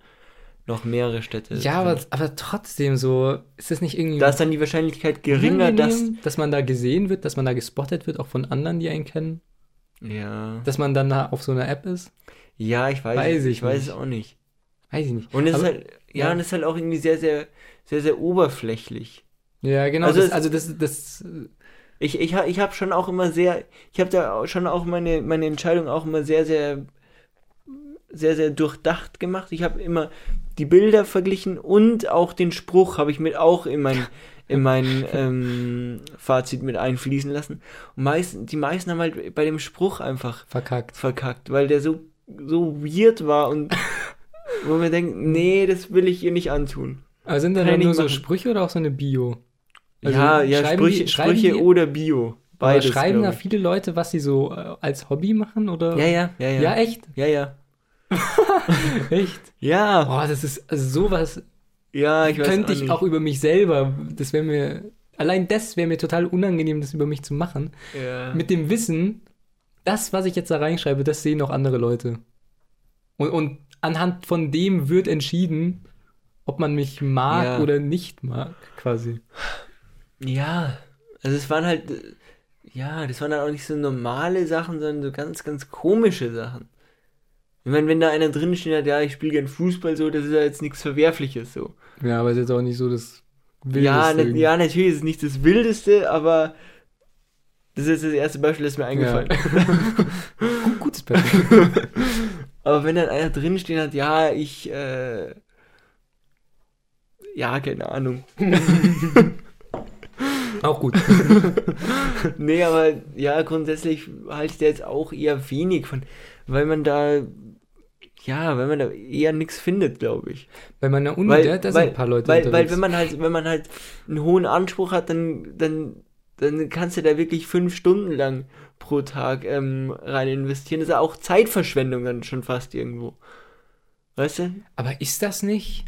A: noch mehrere Städte. Also
B: Ja, aber, aber trotzdem so, ist das nicht irgendwie.
A: Äh, Da ist dann die Wahrscheinlichkeit geringer, dass.
B: Unangenehm, dass man da gesehen wird, dass man da gespottet wird, auch von anderen, die einen kennen,
A: Ja.
B: dass man dann da auf so einer App ist.
A: Ja, ich weiß,
B: Weiß
A: ich
B: ich
A: weiß es
B: nicht.
A: auch nicht.
B: Weiß ich nicht.
A: Und es
B: Aber-
A: ist halt, ja,
B: ja.
A: und es ist halt auch irgendwie sehr, sehr, sehr, sehr oberflächlich.
B: ja, genau.
A: also
B: Also das,
A: es-
B: also das, das
A: Ich, ich, ha- ich habe schon auch immer sehr, ich habe da auch schon auch meine, meine Entscheidung auch immer sehr, sehr, sehr, sehr durchdacht gemacht. Ich habe immer die Bilder verglichen und auch den Spruch habe ich mit auch in mein, in mein ähm, Fazit mit einfließen lassen. Und meisten, die meisten haben halt bei dem Spruch einfach
B: verkackt.
A: verkackt, weil der so, so weird war und wo man denkt, nee, das will ich ihr nicht antun.
B: Aber sind da
A: Kann ich
B: dann nur
A: nicht
B: so
A: machen.
B: Sprüche oder auch so eine Bio? Also
A: ja, ja,
B: schreiben
A: Sprüche,
B: die- schreiben
A: Sprüche
B: die-
A: oder Bio.
B: Oder
A: Beides.
B: schreiben
A: glaub
B: da
A: ich.
B: viele Leute, was sie so äh, als Hobby machen? Oder?
A: ja, ja, ja, ja.
B: ja, echt?
A: Ja, ja.
B: Echt?
A: Ja,
B: Boah, das ist also sowas.
A: ja, ich weiß
B: könnte
A: auch
B: ich
A: nicht.
B: auch über mich selber. Das wäre mir. Allein das wäre mir total unangenehm, das über mich zu machen.
A: ja.
B: mit dem Wissen, das, was ich jetzt da reinschreibe, das sehen noch andere Leute. Und, und anhand von dem wird entschieden, ob man mich mag
A: Ja.
B: oder nicht mag, quasi.
A: ja, also es waren halt, äh, ja, das waren dann auch nicht so normale Sachen, sondern so ganz, ganz komische Sachen. Ich meine, wenn da einer drin steht, ja, ich spiele gern Fußball, so, das ist ja jetzt nichts Verwerfliches, so.
B: Ja, aber es ist jetzt auch nicht so, dass
A: Ja,
B: Wildeste
A: ne, ja, natürlich ist es nicht das Wildeste, aber das ist das erste Beispiel, das mir eingefallen ist.
B: Gut, gutes Beispiel.
A: Aber wenn dann einer drinstehen hat, ja, ich, äh, ja, keine Ahnung.
B: Auch gut.
A: nee, aber ja, grundsätzlich halte ich da jetzt auch eher wenig von, weil man da, ja, weil man da eher nichts findet, glaube ich.
B: Bei meiner Uni,
A: Weil,
B: da, da
A: weil,
B: sind ein paar Leute
A: weil, weil
B: unterwegs.
A: wenn man halt, wenn man halt einen hohen Anspruch hat, dann, dann, dann kannst du da wirklich fünf Stunden lang pro Tag ähm, rein investieren. Das ist ja auch Zeitverschwendung dann schon fast irgendwo. Weißt du?
B: Aber ist das nicht,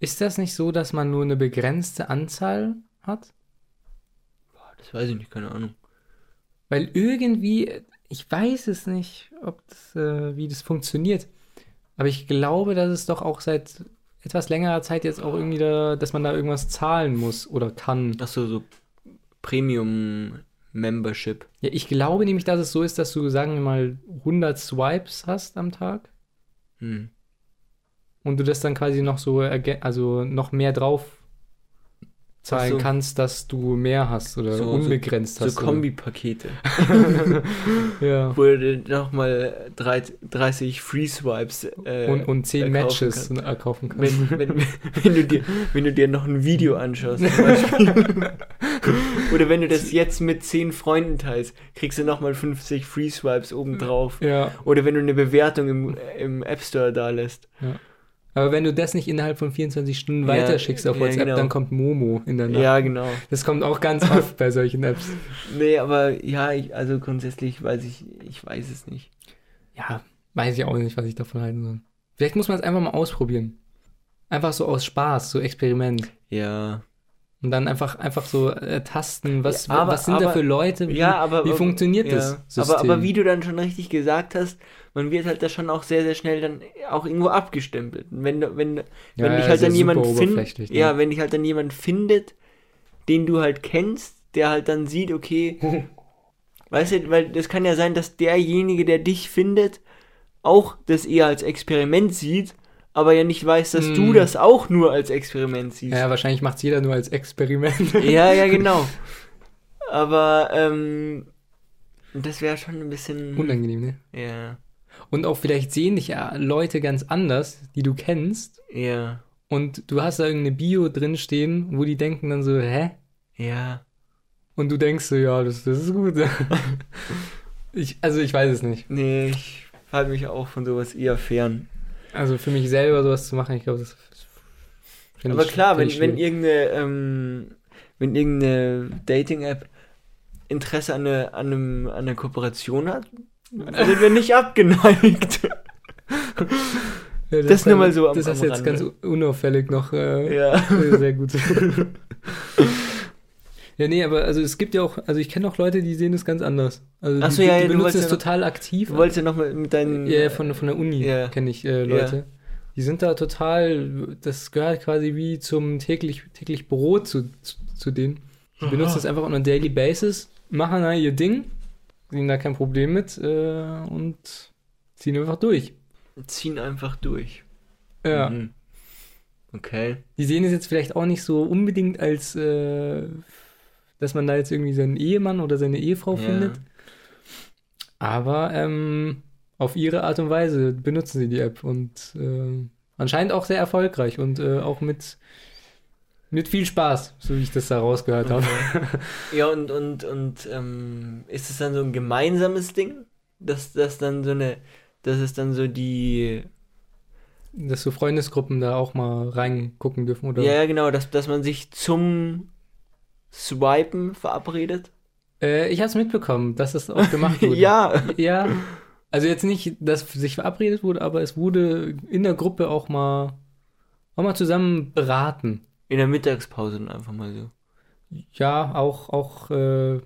B: ist das nicht so, dass man nur eine begrenzte Anzahl hat?
A: Das weiß ich nicht, keine Ahnung.
B: Weil irgendwie, ich weiß es nicht, ob das, äh, wie das funktioniert. Aber ich glaube, dass es doch auch seit etwas längerer Zeit jetzt auch irgendwie da, dass man da irgendwas zahlen muss oder kann.
A: Achso, so Premium Membership.
B: Ja, ich glaube nämlich, dass es so ist, dass du, sagen wir mal, 100 Swipes hast am Tag
A: Hm.
B: und du das dann quasi noch so, erge- also noch mehr drauf zahlen
A: Ach so.
B: kannst, dass du mehr hast oder
A: So- so-
B: unbegrenzt
A: So
B: hast. oder-
A: Kombipakete.
B: Ja.
A: Wo du nochmal 30 Free Swipes äh,
B: und, und
A: kaufen
B: zehn Matches
A: kannst.
B: erkaufen kannst.
A: Wenn, wenn, wenn, du dir, wenn du dir noch ein Video anschaust, zum Beispiel. Oder wenn du das jetzt mit 10 Freunden teilst, kriegst du nochmal 50 Free Swipes obendrauf.
B: ja.
A: Oder wenn du eine Bewertung im, im App Store da lässt.
B: Aber wenn du das nicht innerhalb von 24 Stunden
A: Ja,
B: weiterschickst auf
A: ja,
B: WhatsApp,
A: genau.
B: dann kommt Momo in der Nacht.
A: Ja, genau.
B: Das kommt auch ganz oft bei solchen Apps.
A: Nee, aber ja, ich, also grundsätzlich weiß ich, ich weiß es nicht.
B: Ja, weiß ich auch nicht, was ich davon halten soll. Vielleicht muss man es einfach mal ausprobieren. Einfach so aus Spaß, so Experiment.
A: Ja.
B: Und dann einfach, einfach so äh, tasten, was,
A: Ja, aber-
B: was sind da
A: aber-
B: für Leute, wie,
A: Ja, aber
B: wie funktioniert
A: ja.
B: das
A: Aber, aber wie du dann schon richtig gesagt hast, man wird halt da schon auch sehr, sehr schnell dann auch irgendwo abgestempelt. Und Wenn, du- wenn, wenn dich halt
B: ist ja
A: dann jemand
B: super
A: findet,
B: oberflächlich, ne?
A: ja, wenn dich halt dann jemand findet, den du halt kennst, der halt dann sieht, okay, weißt du, weil das kann ja sein, dass derjenige, der dich findet, auch das eher als Experiment sieht, aber ja nicht weiß, dass du
B: Hm.
A: das auch nur als Experiment siehst.
B: Ja, wahrscheinlich macht es jeder nur als Experiment.
A: Ja, ja, genau. Aber ähm, das wäre schon ein bisschen.
B: Unangenehm, ne?
A: Ja,
B: Und auch vielleicht sehen dich ja Leute ganz anders, die du kennst.
A: ja,
B: Und du hast da irgendeine Bio drinstehen, wo die denken dann so, hä?
A: ja.
B: Und du denkst so, ja, das, das ist gut. ich, also ich weiß es nicht.
A: Nee, ich halte mich auch von sowas eher fern.
B: Also für mich selber sowas zu machen, ich glaube, das ist... find
A: Aber
B: ich-
A: klar, wenn,
B: find ich
A: wenn
B: schwierig.
A: irgendeine, ähm, wenn irgendeine Dating-App Interesse an, eine, an, einem, an einer Kooperation hat, sind wir nicht abgeneigt.
B: Ja,
A: das nur mal so am-
B: Das hast
A: am
B: du jetzt ganz
A: Rande.
B: unauffällig noch... Äh,
A: ja.
B: Sehr gut. Ja, nee, aber also es gibt ja auch, also ich kenne auch Leute, die sehen das ganz anders. Also
A: Ach
B: die,
A: so, ja, ja,
B: die
A: du
B: benutzen
A: wolltest
B: es
A: ja noch-
B: total aktiv.
A: Du wolltest ja nochmal mit deinen.
B: Ja, von, von der Uni
A: Ja.
B: kenne ich äh, Leute. Die sind da total, das gehört quasi wie zum täglich, täglich Brot zu, zu, zu denen. Die benutzen das einfach on a daily basis, machen da ihr Ding, sehen da kein Problem mit äh, und ziehen einfach durch.
A: ziehen einfach durch.
B: Ja.
A: Mhm. Okay.
B: Die sehen es jetzt vielleicht auch nicht so unbedingt als, äh, dass man da jetzt irgendwie seinen Ehemann oder seine Ehefrau
A: Ja.
B: Oh, findet, aber ähm, auf ihre Art und Weise benutzen sie die App und äh, anscheinend auch sehr erfolgreich und äh, auch mit, mit viel Spaß, so wie ich das da rausgehört habe.
A: Ja, und, und, und ähm, ist es dann so ein gemeinsames Ding? Dass das dann so eine, dass es dann so die,
B: Dass so Freundesgruppen da auch mal reingucken dürfen oder
A: Mhm. ja, ja genau, dass, dass man sich zum Swipen verabredet?
B: Äh, ich habe es mitbekommen, dass das auch gemacht wurde.
A: ja,
B: Ja. Also jetzt nicht, dass sich verabredet wurde, aber es wurde in der Gruppe auch mal, auch mal zusammen beraten.
A: in der Mittagspause dann einfach mal so.
B: Ja, auch, auch äh,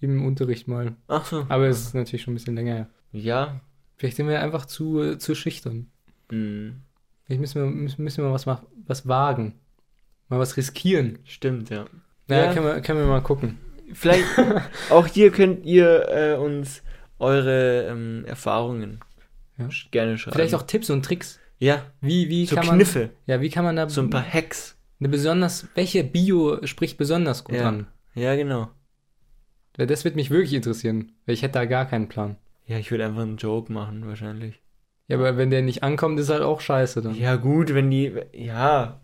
B: im Unterricht mal.
A: Ach so.
B: Aber es ist natürlich schon ein bisschen länger her.
A: Ja.
B: Vielleicht sind wir einfach zu, äh, zu schüchtern.
A: Hm,
B: Vielleicht müssen wir, müssen, müssen wir was, mach- was wagen. Mal was riskieren.
A: stimmt, ja.
B: Naja,
A: Ja.
B: können, wir, können wir mal gucken.
A: Vielleicht, auch hier könnt ihr äh, uns eure ähm, Erfahrungen
B: Ja.
A: sch- gerne schreiben.
B: Vielleicht auch Tipps und Tricks.
A: Ja,
B: Wie, wie
A: so
B: kann
A: Kniffe,
B: man. Ja, wie kann man da.
A: so ein paar Hacks.
B: Eine besonders, welche Bio spricht besonders gut
A: Ja.
B: an?
A: Ja, genau.
B: Weil Das wird mich wirklich interessieren, weil ich hätte da gar keinen Plan.
A: Ja, ich würde einfach einen Joke machen, wahrscheinlich.
B: Ja, aber wenn der nicht ankommt, ist halt auch scheiße dann.
A: Ja, gut, wenn die. Ja.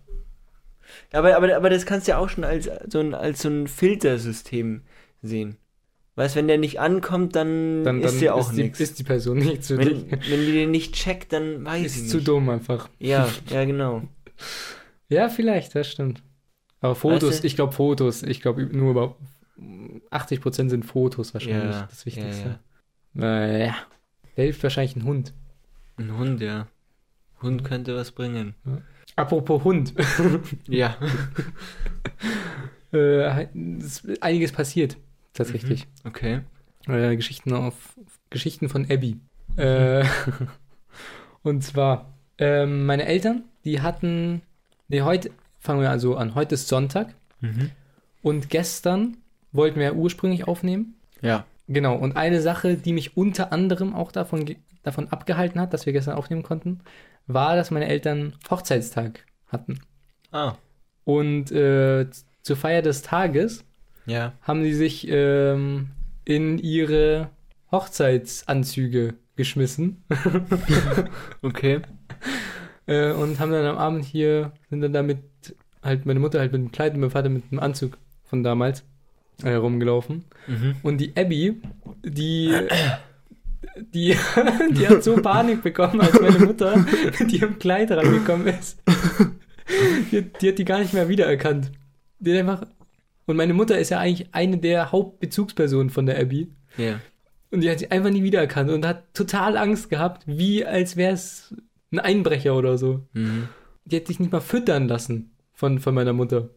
A: Aber, aber, aber das kannst du ja auch schon als so ein, als so ein Filtersystem sehen. Weißt wenn der nicht ankommt, dann,
B: Dann, dann
A: ist ja auch
B: ist, die,
A: nichts.
B: ist die Person nicht zu
A: Wenn,
B: dich.
A: wenn die den nicht checkt, dann weiß ich
B: Ist
A: nicht.
B: zu dumm einfach.
A: Ja, ja, genau.
B: Ja, vielleicht, das stimmt. Aber Fotos,
A: Weißt du?
B: ich glaube Fotos, ich glaube nur über 80% sind Fotos wahrscheinlich
A: Ja,
B: das
A: ja,
B: Wichtigste. Ja, ja. Der hilft wahrscheinlich ein Hund.
A: Ein Hund, ja. Hund könnte was bringen.
B: Apropos Hund.
A: Ja.
B: äh, es ist einiges passiert, tatsächlich.
A: Okay.
B: Äh, Geschichten auf Geschichten von Abby.
A: Mhm.
B: Äh, und zwar, ähm, meine Eltern, die hatten. Nee, heute fangen wir also an. Heute ist Sonntag
A: Mhm.
B: und gestern wollten wir ja ursprünglich aufnehmen.
A: Ja.
B: Genau, und eine Sache, die mich unter anderem auch davon, ge- davon abgehalten hat, dass wir gestern aufnehmen konnten, war, dass meine Eltern Hochzeitstag hatten.
A: Ah,
B: Und äh, z- zur Feier des Tages
A: ja.
B: haben sie sich ähm, in ihre Hochzeitsanzüge geschmissen
A: Okay.
B: äh, und haben dann am Abend hier, sind dann damit halt meine Mutter halt mit dem Kleid und mein Vater mit einem Anzug von damals äh, rumgelaufen.
A: Mhm.
B: Und die Abby, die, die, die hat so Panik bekommen, als meine Mutter mit ihrem Kleid rangekommen ist. Die, die hat die gar nicht mehr wiedererkannt. Die hat einfach. Und meine Mutter ist ja eigentlich eine der Hauptbezugspersonen von der Abby.
A: Ja.
B: Und die hat sie einfach nie wiedererkannt und hat total Angst gehabt, wie als wäre es ein Einbrecher oder so.
A: Mhm.
B: Die hat sich nicht mal füttern lassen von, von meiner Mutter.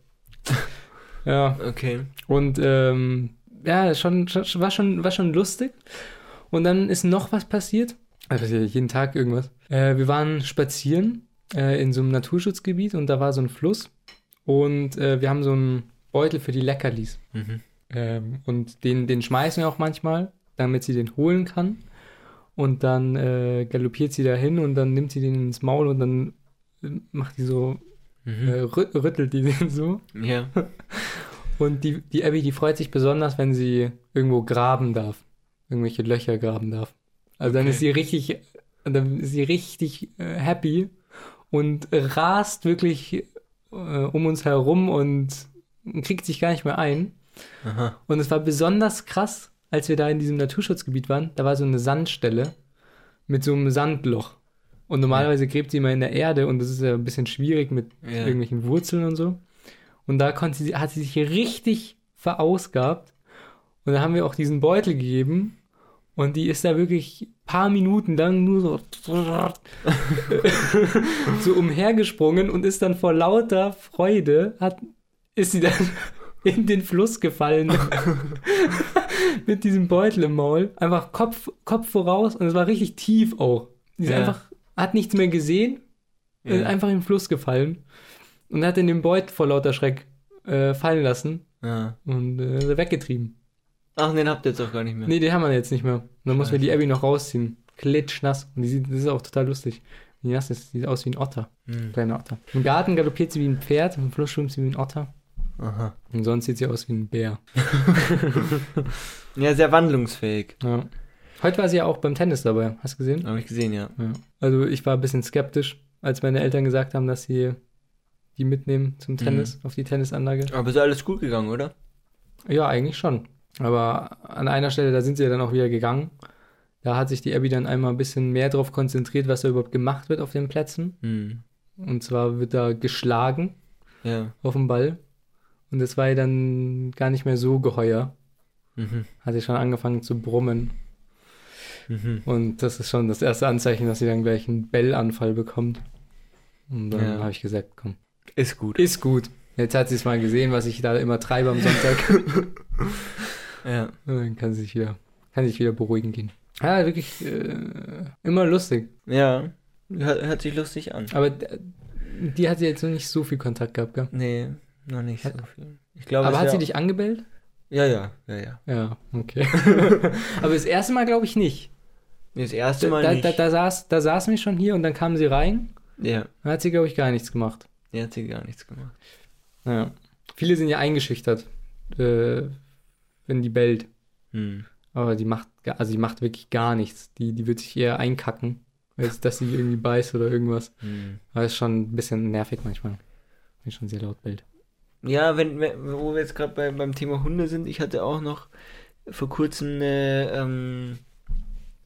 B: Ja.
A: Okay.
B: Und ähm, ja, schon, schon, war, schon, war schon lustig. Und dann ist noch was passiert. Also passiert jeden Tag irgendwas. Äh, wir waren spazieren äh, in so einem Naturschutzgebiet und da war so ein Fluss. Und äh, wir haben so einen Beutel für die Leckerlis.
A: Mhm.
B: Ähm, und den, den schmeißen wir auch manchmal, damit sie den holen kann. Und dann äh, galoppiert sie dahin und dann nimmt sie den ins Maul und dann äh, macht die so, äh,
A: Mhm.
B: rü rüttelt die den so.
A: Ja.
B: Und die, die Abby, die freut sich besonders, wenn sie irgendwo graben darf. Irgendwelche Löcher graben darf. Also dann
A: Okay.
B: ist sie richtig, dann ist sie richtig äh, happy und rast wirklich äh, um uns herum und kriegt sich gar nicht mehr ein.
A: Aha.
B: Und es war besonders krass, als wir da in diesem Naturschutzgebiet waren. Da war so eine Sandstelle mit so einem Sandloch. Und normalerweise gräbt sie immer in der Erde und das ist ja ein bisschen schwierig mit
A: Ja.
B: irgendwelchen Wurzeln und so. Und da konnte sie, hat sie sich richtig verausgabt. Und da haben wir auch diesen Beutel gegeben. Und die ist da wirklich paar Minuten lang nur so, so umhergesprungen und ist dann vor lauter Freude, hat, ist sie dann in den Fluss gefallen mit diesem Beutel im Maul. Einfach Kopf, Kopf voraus und es war richtig tief auch. Die ist
A: Ja.
B: einfach, hat nichts mehr gesehen, äh,
A: Ja.
B: einfach in den Fluss gefallen und hat in den Beutel vor lauter Schreck äh, fallen lassen
A: Ah.
B: und äh, weggetrieben.
A: Ach, den habt ihr jetzt auch gar nicht mehr.
B: Nee, den haben wir jetzt nicht mehr. Und dann mussten wir die Abby noch rausziehen. Klitschnass. Und die sieht, das ist auch total lustig. Wenn Die nass ist, die sieht aus wie ein Otter. Ein
A: Mhm.
B: kleiner Otter. Im Garten galoppiert sie wie ein Pferd, im Fluss schwimmt sie wie ein Otter.
A: Aha.
B: Und sonst sieht sie aus wie ein Bär.
A: Ja, sehr wandlungsfähig.
B: Ja. Heute war sie ja auch beim Tennis dabei. Hast du gesehen?
A: Habe ich gesehen, ja.
B: Ja. Also ich war ein bisschen skeptisch, als meine Eltern gesagt haben, dass sie die mitnehmen zum Tennis, auf die Tennisanlage.
A: Aber ist alles gut gegangen, oder?
B: Ja, eigentlich schon. Aber an einer Stelle, da sind sie ja dann auch wieder gegangen. Da hat sich die Abby dann einmal ein bisschen mehr darauf konzentriert, was da überhaupt gemacht wird auf den Plätzen.
A: Mhm.
B: Und zwar wird da geschlagen
A: Ja.
B: auf dem Ball. Und das war ihr dann gar nicht mehr so geheuer.
A: Mhm.
B: Hat sie schon angefangen zu brummen.
A: Mhm.
B: Und das ist schon das erste Anzeichen, dass sie dann gleich einen Bellanfall bekommt. Und dann
A: Ja.
B: habe ich gesagt, komm,
A: Ist gut.
B: ist gut. Jetzt hat sie es mal gesehen, was ich da immer treibe am Sonntag.
A: Ja.
B: Und dann kann sie sich wieder, kann sich wieder beruhigen gehen. Ja, wirklich äh, immer lustig.
A: Ja. Hört, hört sich lustig an.
B: Aber d- die hat sie jetzt noch nicht so viel Kontakt gehabt, gell?
A: Nee, noch nicht so viel. Ich glaube,
B: Aber,
A: es
B: hat
A: wär-
B: sie dich angebellt?
A: Ja, ja, ja, ja.
B: Ja, okay. Aber das erste Mal glaube ich nicht.
A: Nee, Das erste
B: Da,
A: Mal
B: da,
A: nicht.
B: da, saß, da saßen wir schon hier und dann kam sie rein
A: ja.
B: und hat sie, glaube ich, gar nichts gemacht.
A: Ja, hat sie gar nichts gemacht.
B: Ja. Viele sind ja eingeschüchtert, äh, wenn die bellt.
A: Hm.
B: Aber die macht, ga- also die macht wirklich gar nichts. Die, die wird sich eher einkacken, als dass sie irgendwie beißt oder irgendwas.
A: Hm.
B: Aber ist schon ein bisschen nervig manchmal, wenn schon sehr laut bellt.
A: Ja, wenn, wenn wo wir jetzt gerade bei, beim Thema Hunde sind, ich hatte auch noch vor kurzem eine, ähm,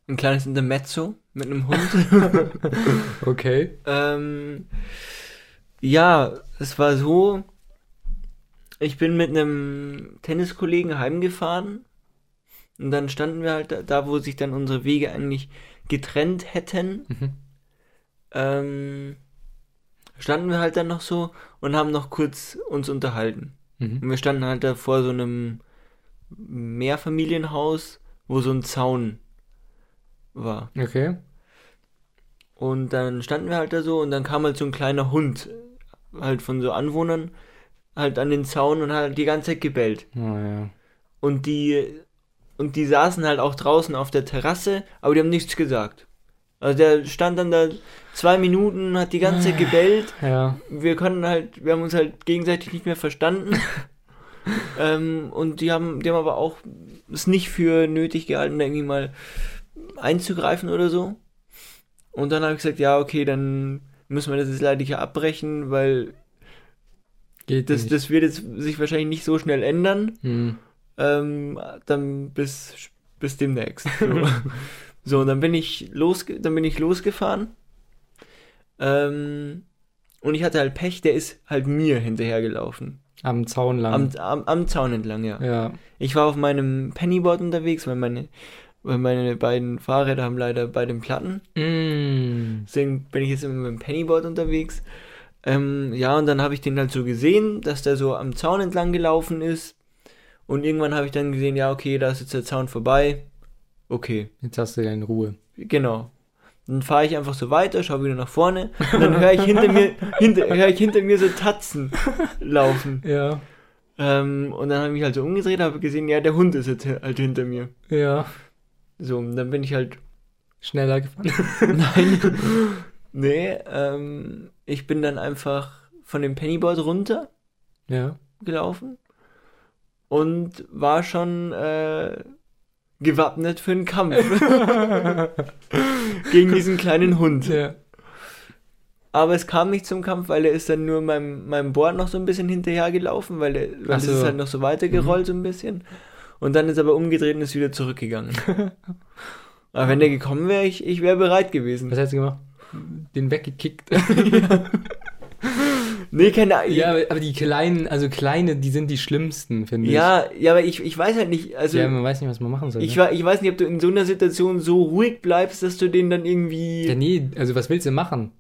A: ein kleines Intermezzo mit einem Hund.
B: Okay.
A: ähm, ja, es war so, ich bin mit einem Tenniskollegen heimgefahren und dann standen wir halt da, da wo sich dann unsere Wege eigentlich getrennt hätten
B: Mhm.
A: ähm, standen wir halt dann noch so und haben noch kurz uns unterhalten.
B: Mhm.
A: Und wir standen halt da vor so einem Mehrfamilienhaus, wo so ein Zaun war.
B: Okay.
A: Und dann standen wir halt da so und dann kam halt so ein kleiner Hund, halt von so Anwohnern, halt an den Zaun und hat halt die ganze Zeit gebellt.
B: Oh, ja.
A: Und die, und die saßen halt auch draußen auf der Terrasse, aber die haben nichts gesagt. Also der stand dann da zwei Minuten, hat die ganze Zeit gebellt
B: Ja.
A: wir konnten halt, wir haben uns halt gegenseitig nicht mehr verstanden. ähm, und die haben, die haben aber auch es nicht für nötig gehalten, da irgendwie mal einzugreifen oder so. Und dann habe ich gesagt, ja, okay, dann müssen wir das jetzt leider hier abbrechen, weil
B: Geht
A: das,
B: nicht.
A: das wird jetzt sich wahrscheinlich nicht so schnell ändern.
B: Mhm.
A: Ähm, dann bis, bis demnächst. So. so, und dann bin ich losge dann bin ich losgefahren. Ähm, und ich hatte halt Pech, der ist halt mir hinterhergelaufen.
B: Am Zaun lang.
A: Am, am, am Zaun entlang, ja.
B: ja.
A: Ich war auf meinem Pennyboard unterwegs, weil meine, weil meine beiden Fahrräder haben leider beide einen Platten.
B: Mm.
A: Deswegen bin ich jetzt immer mit dem Pennyboard unterwegs. Ähm, ja, und dann habe ich den halt so gesehen, dass der so am Zaun entlang gelaufen ist. Und irgendwann habe ich dann gesehen, ja, okay, da ist jetzt der Zaun vorbei. Okay,
B: Jetzt hast du deine Ruhe.
A: genau. Dann fahre ich einfach so weiter, schaue wieder nach vorne und dann höre ich hinter mir, hinter, höre ich hinter mir so Tatzen laufen.
B: Ja.
A: Ähm, und dann habe ich mich halt so umgedreht, habe gesehen, ja, der Hund ist jetzt halt hinter mir.
B: Ja.
A: So, und dann bin ich halt
B: Schneller gefahren.
A: Nee, ähm, ich bin dann einfach von dem Pennyboard runtergelaufen
B: ja.
A: und war schon äh, gewappnet für einen Kampf gegen diesen kleinen Hund.
B: ja.
A: Aber es kam nicht zum Kampf, weil er ist dann nur meinem, meinem Board noch so ein bisschen hinterhergelaufen, weil, er, weil
B: Ach
A: es ist
B: so. Mhm.
A: halt noch so weitergerollt so ein bisschen. Und dann ist er aber umgedreht und ist wieder zurückgegangen. aber wenn der gekommen wäre, ich, ich wäre bereit gewesen.
B: Was hast du gemacht? Den weggekickt.
A: Nee, keine Ahnung.
B: ja, aber aber die kleinen, also kleine, die sind die schlimmsten, finde ich.
A: Ja, ja, aber ich, ich weiß halt nicht, also
B: ja, man weiß nicht, was man machen soll.
A: ich,
B: ne?
A: wa- ich weiß nicht, ob du in so einer Situation so ruhig bleibst, dass du den dann
B: ja,
A: irgendwie.
B: nee, also was willst du machen?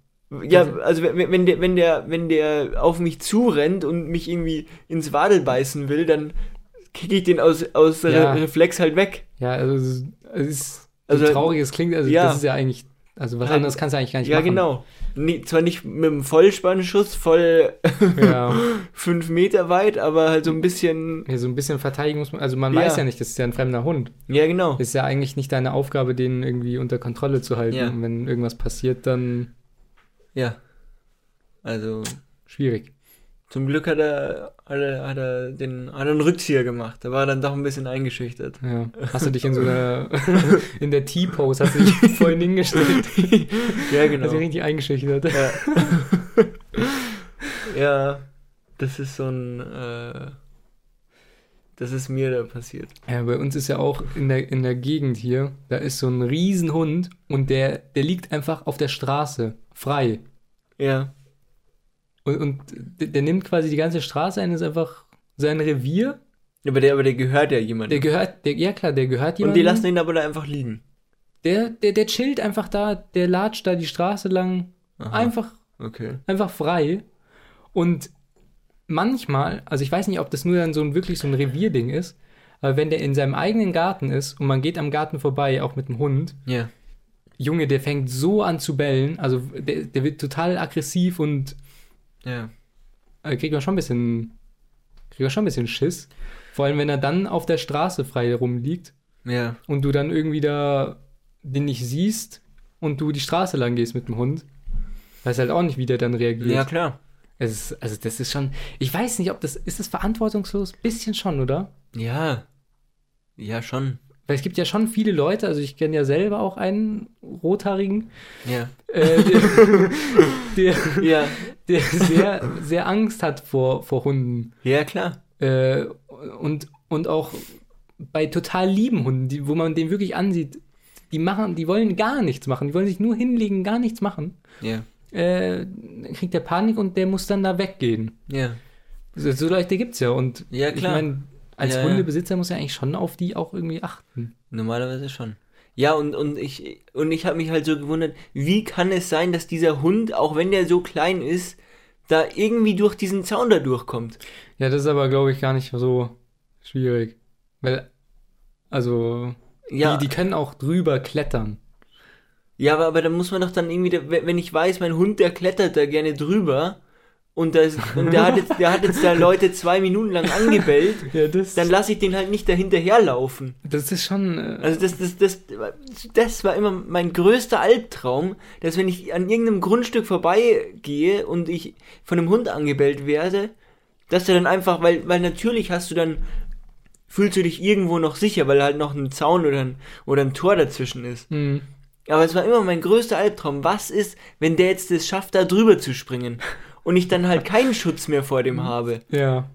A: Ja, also wenn, wenn der, wenn der, wenn der auf mich zurennt und mich irgendwie ins Wadel beißen will, dann kicke ich den aus, aus
B: Ja.
A: Re Reflex halt weg.
B: Ja, also es ist- es ist
A: Also-
B: so traurig es klingt, also
A: Ja.
B: das ist ja eigentlich, also was
A: Halt-
B: anderes kannst du eigentlich gar nicht
A: ja,
B: machen.
A: genau. Nee, zwar nicht mit einem Vollspannschuss, voll
B: Ja,
A: fünf Meter weit, aber halt so ein bisschen.
B: ja so ein bisschen Verteidigungs... Also man
A: Ja.
B: weiß ja nicht, das ist ja ein fremder Hund.
A: Ja, genau.
B: Ist ja eigentlich nicht deine Aufgabe, den irgendwie unter Kontrolle zu halten.
A: Ja.
B: Und wenn irgendwas passiert, dann
A: Ja. Also
B: schwierig.
A: zum Glück hat er, hat er, hat er den, hat er einen Rückzieher gemacht. Da war er dann doch ein bisschen eingeschüchtert.
B: Ja. Hast du dich in so einer, in der T-Pose hast du dich vorhin hingestellt.
A: Ja, genau.
B: Hast du dich Also richtig eingeschüchtert.
A: ja. ja, das ist so ein. Äh, das ist mir da passiert.
B: Ja, bei uns ist ja auch in der, in der Gegend hier, da ist so ein Riesenhund und der, der liegt einfach auf der Straße, frei.
A: Ja,
B: Und, und der, der nimmt quasi die ganze Straße ein, ist einfach sein Revier.
A: aber der, aber der gehört ja jemandem.
B: Der gehört, der, ja klar, der gehört
A: Mhm. Und
B: jemandem.
A: die lassen ihn aber da einfach liegen.
B: der, der, der chillt einfach da, der latscht da die Straße lang, einfach,
A: Okay.
B: einfach frei. Und manchmal, also ich weiß nicht, ob das nur dann so ein wirklich so ein Revierding ist, aber wenn der in seinem eigenen Garten ist und man geht am Garten vorbei, auch mit dem Hund,
A: Ja.
B: Junge, der fängt so an zu bellen, also der, der wird total aggressiv und
A: Ja.
B: äh, kriegt man schon ein bisschen, kriegt man schon ein bisschen Schiss. Vor allem, wenn er dann auf der Straße frei rumliegt
A: Ja.
B: und du dann irgendwie da den nicht siehst und du die Straße lang gehst mit dem Hund, weiß halt auch nicht, wie der dann reagiert.
A: Ja, klar.
B: Es ist, also das ist schon, ich weiß nicht, ob das, ist das verantwortungslos? Bisschen schon, oder?
A: Ja. Ja, schon.
B: Weil es gibt ja schon viele Leute, also ich kenne ja selber auch einen Rothaarigen,
A: Ja.
B: äh, der, der,
A: Ja.
B: der sehr, sehr Angst hat vor, vor Hunden.
A: Ja, klar.
B: Äh, und, und auch bei total lieben Hunden, die, wo man den wirklich ansieht, die machen, die wollen gar nichts machen, die wollen sich nur hinlegen, gar nichts machen.
A: Ja.
B: Äh, dann kriegt der Panik und der muss dann da weggehen.
A: Ja.
B: So, so Leute gibt's ja. Und
A: Ja,
B: ich
A: klar.
B: meine, als
A: Ja, ja.
B: Hundebesitzer muss ja eigentlich schon auf die auch irgendwie achten.
A: Normalerweise schon. Ja, und, und ich, und ich habe mich halt so gewundert, wie kann es sein, dass dieser Hund, auch wenn der so klein ist, da irgendwie durch diesen Zaun da durchkommt?
B: Ja, das ist aber, glaube ich, gar nicht so schwierig. Weil, also,
A: Ja,
B: die, die können auch drüber klettern.
A: ja aber, aber da muss man doch dann irgendwie, da- wenn wenn ich weiß, mein Hund, der klettert da gerne drüber und, da ist, und der, hat jetzt, der hat jetzt da Leute zwei Minuten lang angebellt,
B: Ja, das,
A: dann lasse ich den halt nicht dahinterherlaufen.
B: das ist schon. Äh,
A: Also das, das, das, das war immer mein größter Albtraum, dass wenn ich an irgendeinem Grundstück vorbeigehe und ich von einem Hund angebellt werde, dass der dann einfach, weil, weil natürlich hast du dann, fühlst du dich irgendwo noch sicher, weil halt noch ein Zaun oder ein, oder ein Tor dazwischen ist.
B: mh.
A: Aber es war immer mein größter Albtraum. Was ist, wenn der jetzt es schafft, da drüber zu springen und ich dann halt keinen Schutz mehr vor dem habe?
B: Ja.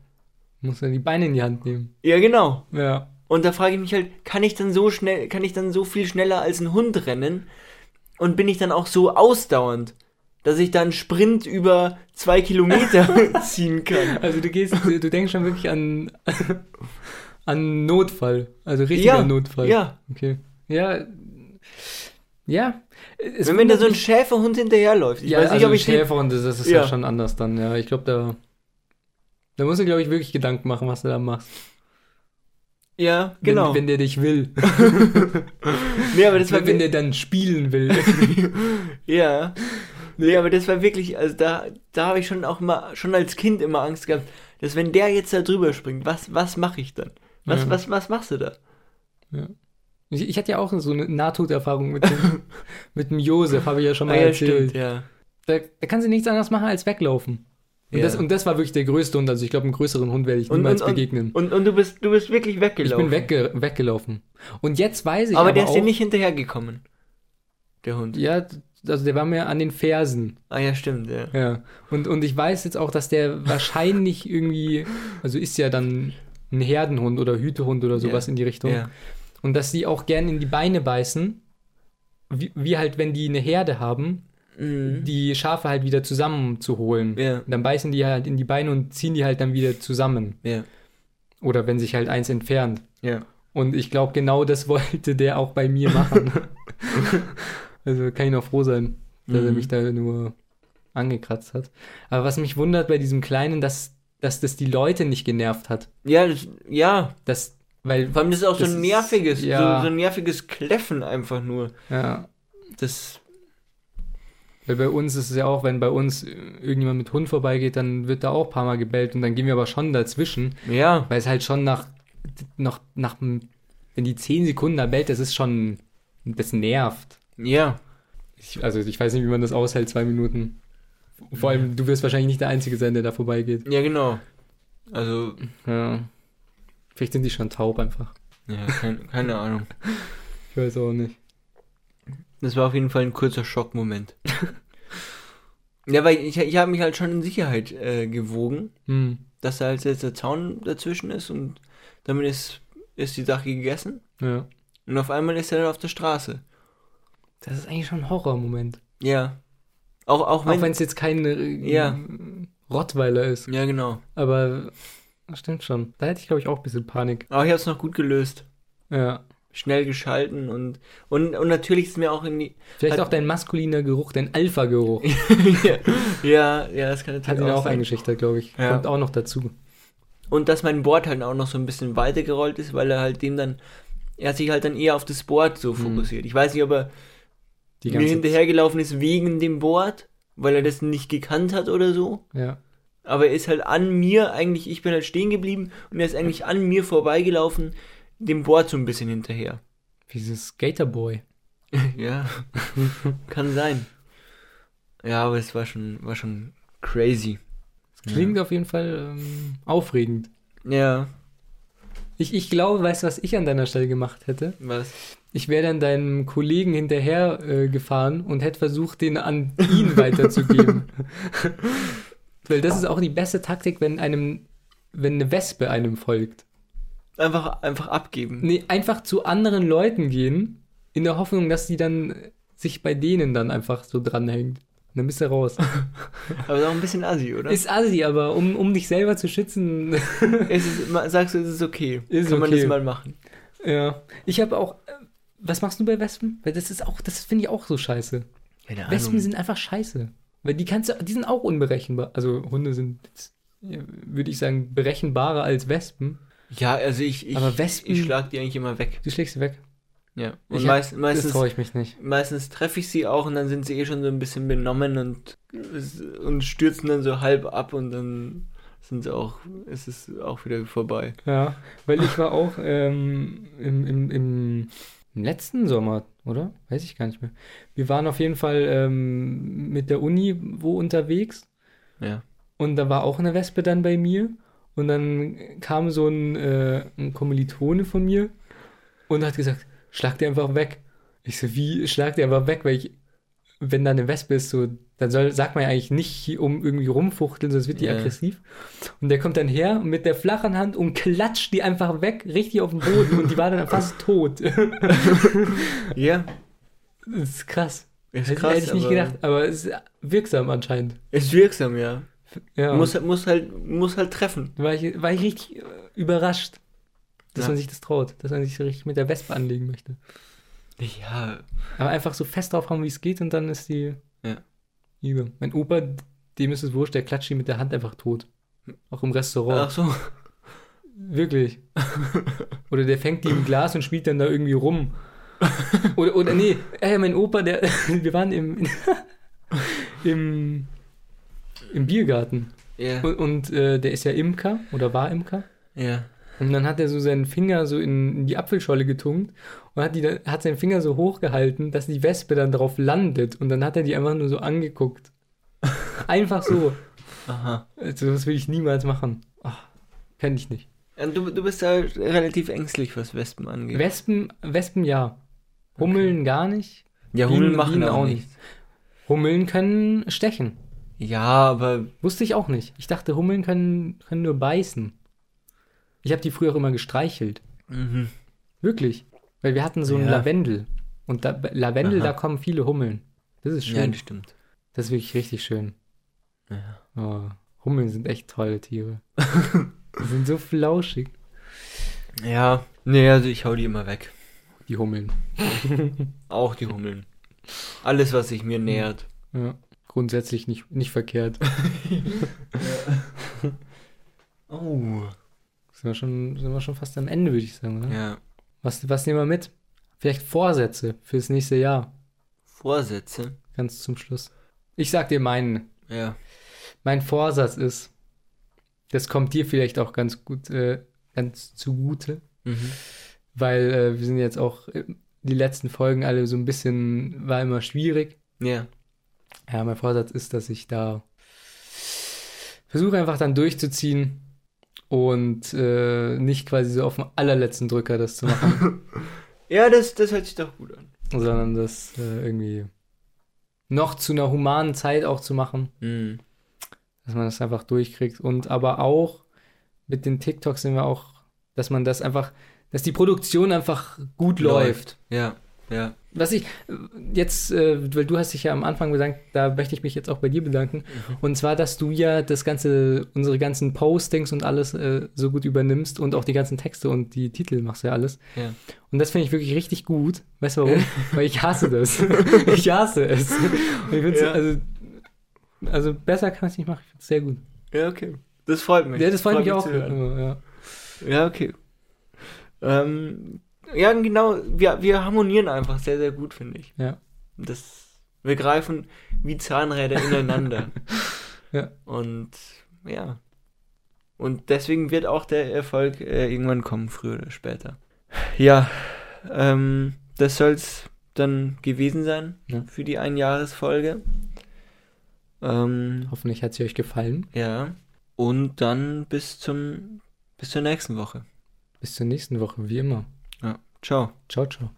B: Muss ja die Beine in die Hand nehmen.
A: Ja, genau.
B: Ja.
A: Und da frage ich mich halt, kann ich dann so schnell, kann ich dann so viel schneller als ein Hund rennen? Und bin ich dann auch so ausdauernd, dass ich dann Sprint über zwei Kilometer ziehen kann?
B: Also du gehst, du, du denkst schon wirklich an, an Notfall. Also richtiger
A: Ja,
B: Notfall.
A: ja.
B: Okay. Ja. Ja. Es
A: Wenn mir da so ein
B: wundert mich-
A: Schäferhund hinterherläuft. Ich
B: ja,
A: weiß nicht,
B: also
A: ob ich den,
B: Schäfer und das, das ist ja.
A: Ja.
B: schon anders dann, ja. Ich glaube, da. Da musst du, glaube ich, wirklich Gedanken machen, was du da machst.
A: Ja, genau.
B: Wenn, wenn der dich will.
A: nee, aber das war
B: Wenn, wenn der dann spielen will.
A: Ja. Nee, aber das war wirklich, also da, da habe ich schon auch mal, schon als Kind immer Angst gehabt, dass wenn der jetzt da drüber springt, was, was mache ich dann? Was,
B: Ja.
A: was, was machst du da?
B: Ich, ich hatte ja auch so eine Nahtoderfahrung mit dem, mit dem Josef, habe ich ja schon mal
A: Ah, ja,
B: erzählt.
A: stimmt, ja.
B: da, da kann sie nichts anderes machen als weglaufen. Und,
A: Ja.
B: das, und das war wirklich der größte Hund. Also ich glaube, einem größeren Hund werde ich niemals begegnen.
A: Und, und du bist, du bist wirklich
B: ich
A: weggelaufen.
B: bin wegge weggelaufen. Und jetzt weiß ich
A: aber,
B: aber,
A: der ist
B: auch,
A: dir nicht hinterhergekommen. Der Hund.
B: Ja, also der war mir an den Fersen.
A: Ah ja, stimmt, ja.
B: Ja. Und, und ich weiß jetzt auch, dass der wahrscheinlich irgendwie, also ist ja dann ein Herdenhund oder Hütehund oder sowas in die Richtung.
A: Ja.
B: Und dass die auch gerne in die Beine beißen. Wie, wie halt, wenn die eine Herde haben,
A: Mhm.
B: die Schafe halt wieder zusammenzuholen.
A: Ja.
B: Dann beißen die halt in die Beine und ziehen die halt dann wieder zusammen.
A: Ja.
B: Oder wenn sich halt eins entfernt.
A: Ja.
B: Und ich glaube, genau das wollte der auch bei mir machen. also kann ich noch froh sein, dass er
A: Mhm.
B: mich da nur angekratzt hat. Aber was mich wundert bei diesem Kleinen, dass, dass das die Leute nicht genervt hat.
A: Ja, das, ja.
B: Das, weil,
A: Vor allem das ist auch
B: Das
A: so ein
B: ist-
A: nerviges,
B: ja.
A: so, so ein nerviges Kläffen einfach nur.
B: ja,
A: Das,
B: weil bei uns ist es ja auch, wenn bei uns irgendjemand mit Hund vorbeigeht, dann wird da auch ein paar Mal gebellt und dann gehen wir aber schon dazwischen,
A: ja.
B: weil es halt schon nach, noch, nach, wenn die 10 Sekunden da bellt, das ist schon, das nervt.
A: Ja.
B: Ich, also ich weiß nicht, wie man das aushält, zwei Minuten. Vor allem, du wirst wahrscheinlich nicht der Einzige sein, der da vorbeigeht.
A: Ja, genau. Also,
B: Ja. Vielleicht sind die schon taub einfach.
A: ja, kein, keine Ahnung.
B: Ich weiß auch nicht.
A: Das war auf jeden Fall ein kurzer Schockmoment. ja, weil ich, ich habe mich halt schon in Sicherheit äh, gewogen,
B: Hm.
A: dass da halt jetzt der Zaun dazwischen ist und damit ist, ist die Sache gegessen.
B: Ja.
A: Und auf einmal ist er dann auf der Straße.
B: Das ist eigentlich schon ein Horrormoment.
A: Ja. Auch, auch
B: Auch
A: wenn.
B: wenn es jetzt kein äh,
A: Ja.
B: Rottweiler ist.
A: ja, genau.
B: Aber das stimmt schon. Da hätte ich, glaube ich, auch ein bisschen Panik.
A: Aber ich habe es noch gut gelöst.
B: Ja.
A: Schnell geschalten und, und, und natürlich ist mir auch in die.
B: Vielleicht
A: Hat-
B: auch dein maskuliner Geruch, dein Alpha-Geruch.
A: ja, ja, das kann
B: Hat
A: natürlich
B: ihn
A: auch,
B: auch
A: sein.
B: eingeschüchtert, glaube ich.
A: Ja.
B: Kommt auch noch dazu.
A: Und dass mein Board halt auch noch so ein bisschen weitergerollt ist, weil er halt dem dann. Er hat sich halt dann eher auf das Board so fokussiert. Ich weiß nicht, ob er
B: Die
A: mir hinterhergelaufen ist wegen dem Board, weil er das nicht gekannt hat oder so.
B: Ja.
A: Aber er ist halt an mir eigentlich, ich bin halt stehen geblieben und er ist eigentlich an mir vorbeigelaufen, dem Board so ein bisschen hinterher.
B: Wie dieses Skaterboy.
A: Ja, kann sein. Ja, aber es war schon, war schon crazy.
B: Klingt auf jeden Fall ähm, aufregend.
A: Ja,
B: Ich, ich glaube, weißt du, was ich an deiner Stelle gemacht hätte?
A: was?
B: Ich wäre dann deinem Kollegen hinterher äh, gefahren und hätte versucht, den an ihn weiterzugeben. Weil das ist auch die beste Taktik, wenn einem, wenn eine Wespe einem folgt.
A: Einfach, einfach abgeben.
B: Nee, einfach zu anderen Leuten gehen, in der Hoffnung, dass die dann sich bei denen dann einfach so dranhängt. Und dann bist du raus.
A: Aber ist auch ein bisschen assi, oder?
B: Ist assi, aber um, um dich selber zu schützen,
A: Ist es, ma- sagst du, ist es okay?
B: Ist
A: Kann man
B: okay.
A: das mal machen?
B: Ja. Ich habe auch. äh, Was machst du bei Wespen? Weil das ist auch, das finde ich auch so scheiße.
A: Keine
B: Wespen sind einfach scheiße. Weil die kannst du, die sind auch unberechenbar. Also Hunde sind, jetzt, ja, würde ich sagen, berechenbarer als Wespen.
A: ja, also ich, ich,
B: Aber Wespen-
A: ich schlag die eigentlich immer weg.
B: Du schlägst sie weg.
A: Ja. Und
B: Ich hab-
A: meist,
B: das
A: meistens,
B: traue ich mich nicht.
A: meistens treffe ich sie auch und dann sind sie eh schon so ein bisschen benommen und, und stürzen dann so halb ab und dann sind sie auch, ist es auch wieder vorbei.
B: Ja, weil ich war auch ähm, im, im, im, im letzten Sommer, oder? Weiß ich gar nicht mehr. Wir waren auf jeden Fall ähm, mit der Uni wo unterwegs
A: Ja.
B: Und da war auch eine Wespe dann bei mir. Und dann kam so ein, äh, ein Kommilitone von mir und hat gesagt, schlag die einfach weg. Ich so, wie schlag die einfach weg? Weil ich, wenn da eine Wespe ist, so, dann soll, sagt man ja eigentlich nicht, hier um irgendwie rumfuchteln, sonst wird die
A: Ja.
B: aggressiv. Und der kommt dann her mit der flachen Hand und klatscht die einfach weg, richtig auf den Boden. und die war dann fast tot.
A: Ja,
B: das ist krass.
A: ist
B: Hätte-
A: krass.
B: Hätte ich nicht
A: aber
B: gedacht, aber es ist wirksam anscheinend.
A: Ist wirksam, ja.
B: Ja.
A: Muss, muss, halt, muss halt treffen.
B: war ich, war ich richtig äh, überrascht, dass
A: Ja.
B: man sich das traut, dass man sich so richtig mit der Wespe anlegen möchte.
A: Ja.
B: Aber einfach so fest drauf haben, wie es geht und dann ist die
A: Ja.
B: Liebe. Mein Opa, dem ist es wurscht, der klatscht die mit der Hand einfach tot. Auch im Restaurant.
A: Ach so.
B: Wirklich. Oder der fängt die im Glas und spielt dann da irgendwie rum. Oder, oder nee, äh, mein Opa, der, wir waren im, im, im Biergarten.
A: Ja.
B: Und, und äh, der ist ja Imker oder war Imker.
A: Ja.
B: Und dann hat er so seinen Finger so in, in die Apfelscholle getunkt und hat, die dann, hat seinen Finger so hochgehalten, dass die Wespe dann drauf landet. Und dann hat er die einfach nur so angeguckt. Einfach so.
A: Aha.
B: Also, das will ich niemals machen. Ach, kenn ich nicht.
A: Und du, du bist da relativ ängstlich, was Wespen angeht.
B: Wespen, Wespen ja. Hummeln gar nicht.
A: ja,
B: Bienen-
A: Hummeln machen
B: Bienen
A: auch
B: auch
A: nichts.
B: Hummeln können stechen.
A: Ja, aber
B: Wusste ich auch nicht. Ich dachte, Hummeln können, können nur beißen. Ich habe die früher auch immer gestreichelt.
A: mhm.
B: Wirklich. Weil wir hatten so ein
A: Ja.
B: Lavendel. Und da, bei Lavendel,
A: Aha.
B: da kommen viele Hummeln. Das ist
A: ja,
B: schön.
A: das stimmt.
B: das ist wirklich richtig schön.
A: Ja.
B: Oh, Hummeln sind echt tolle Tiere. die sind so flauschig.
A: Ja, nee, also ich hau die immer weg.
B: Die Hummeln.
A: Auch die Hummeln. Alles, was sich mir nähert.
B: Ja. Grundsätzlich nicht, nicht verkehrt.
A: Oh.
B: Sind wir, schon, sind wir schon fast am Ende, würde ich sagen, oder?
A: Ja.
B: Was, was nehmen wir mit? Vielleicht Vorsätze fürs nächste Jahr.
A: Vorsätze.
B: Ganz zum Schluss. Ich sag dir meinen.
A: Ja.
B: Mein Vorsatz ist, das kommt dir vielleicht auch ganz gut, äh, ganz zugute.
A: Mhm.
B: weil äh, wir sind jetzt auch äh, die letzten Folgen alle so ein bisschen, war immer schwierig.
A: Ja.
B: Ja, mein Vorsatz ist, dass ich da versuche einfach dann durchzuziehen und äh, nicht quasi so auf dem allerletzten Drücker das zu machen,
A: Ja, das, das hört sich doch gut an.
B: sondern das äh, irgendwie noch zu einer humanen Zeit auch zu machen,
A: Mhm.
B: dass man das einfach durchkriegt und aber auch mit den TikToks sind wir auch, dass man das einfach, dass die Produktion einfach gut läuft.
A: Ja. Ja.
B: Was ich äh, jetzt, äh, weil du hast dich ja am Anfang bedankt, da möchte ich mich jetzt auch bei dir bedanken.
A: Mhm.
B: Und zwar, dass du ja das ganze, unsere ganzen Postings und alles äh, so gut übernimmst und auch die ganzen Texte und die Titel machst ja alles.
A: Ja.
B: Und das finde ich wirklich richtig gut. Weißt du warum? weil ich hasse das. ich hasse es. Und ich find's,
A: Ja.
B: also, also besser kann ich es nicht machen. Ich finde es sehr gut.
A: Ja, okay. Das freut mich.
B: Ja, das freut mich auch.
A: zu hören.
B: immer, Ja.
A: Ja, okay. Ähm, ja, genau. Wir, wir harmonieren einfach sehr, sehr gut, finde ich.
B: Ja.
A: Das, wir greifen wie Zahnräder ineinander.
B: Ja.
A: Und ja. Und deswegen wird auch der Erfolg äh, irgendwann kommen, früher oder später. Ja, ähm, das soll's dann gewesen sein
B: Ja.
A: für die Einjahresfolge. Ähm,
B: Hoffentlich hat es euch gefallen.
A: ja. Und dann bis zum bis zur nächsten Woche.
B: Bis zur nächsten Woche, wie immer.
A: Ja. Ciao.
B: Ciao, ciao.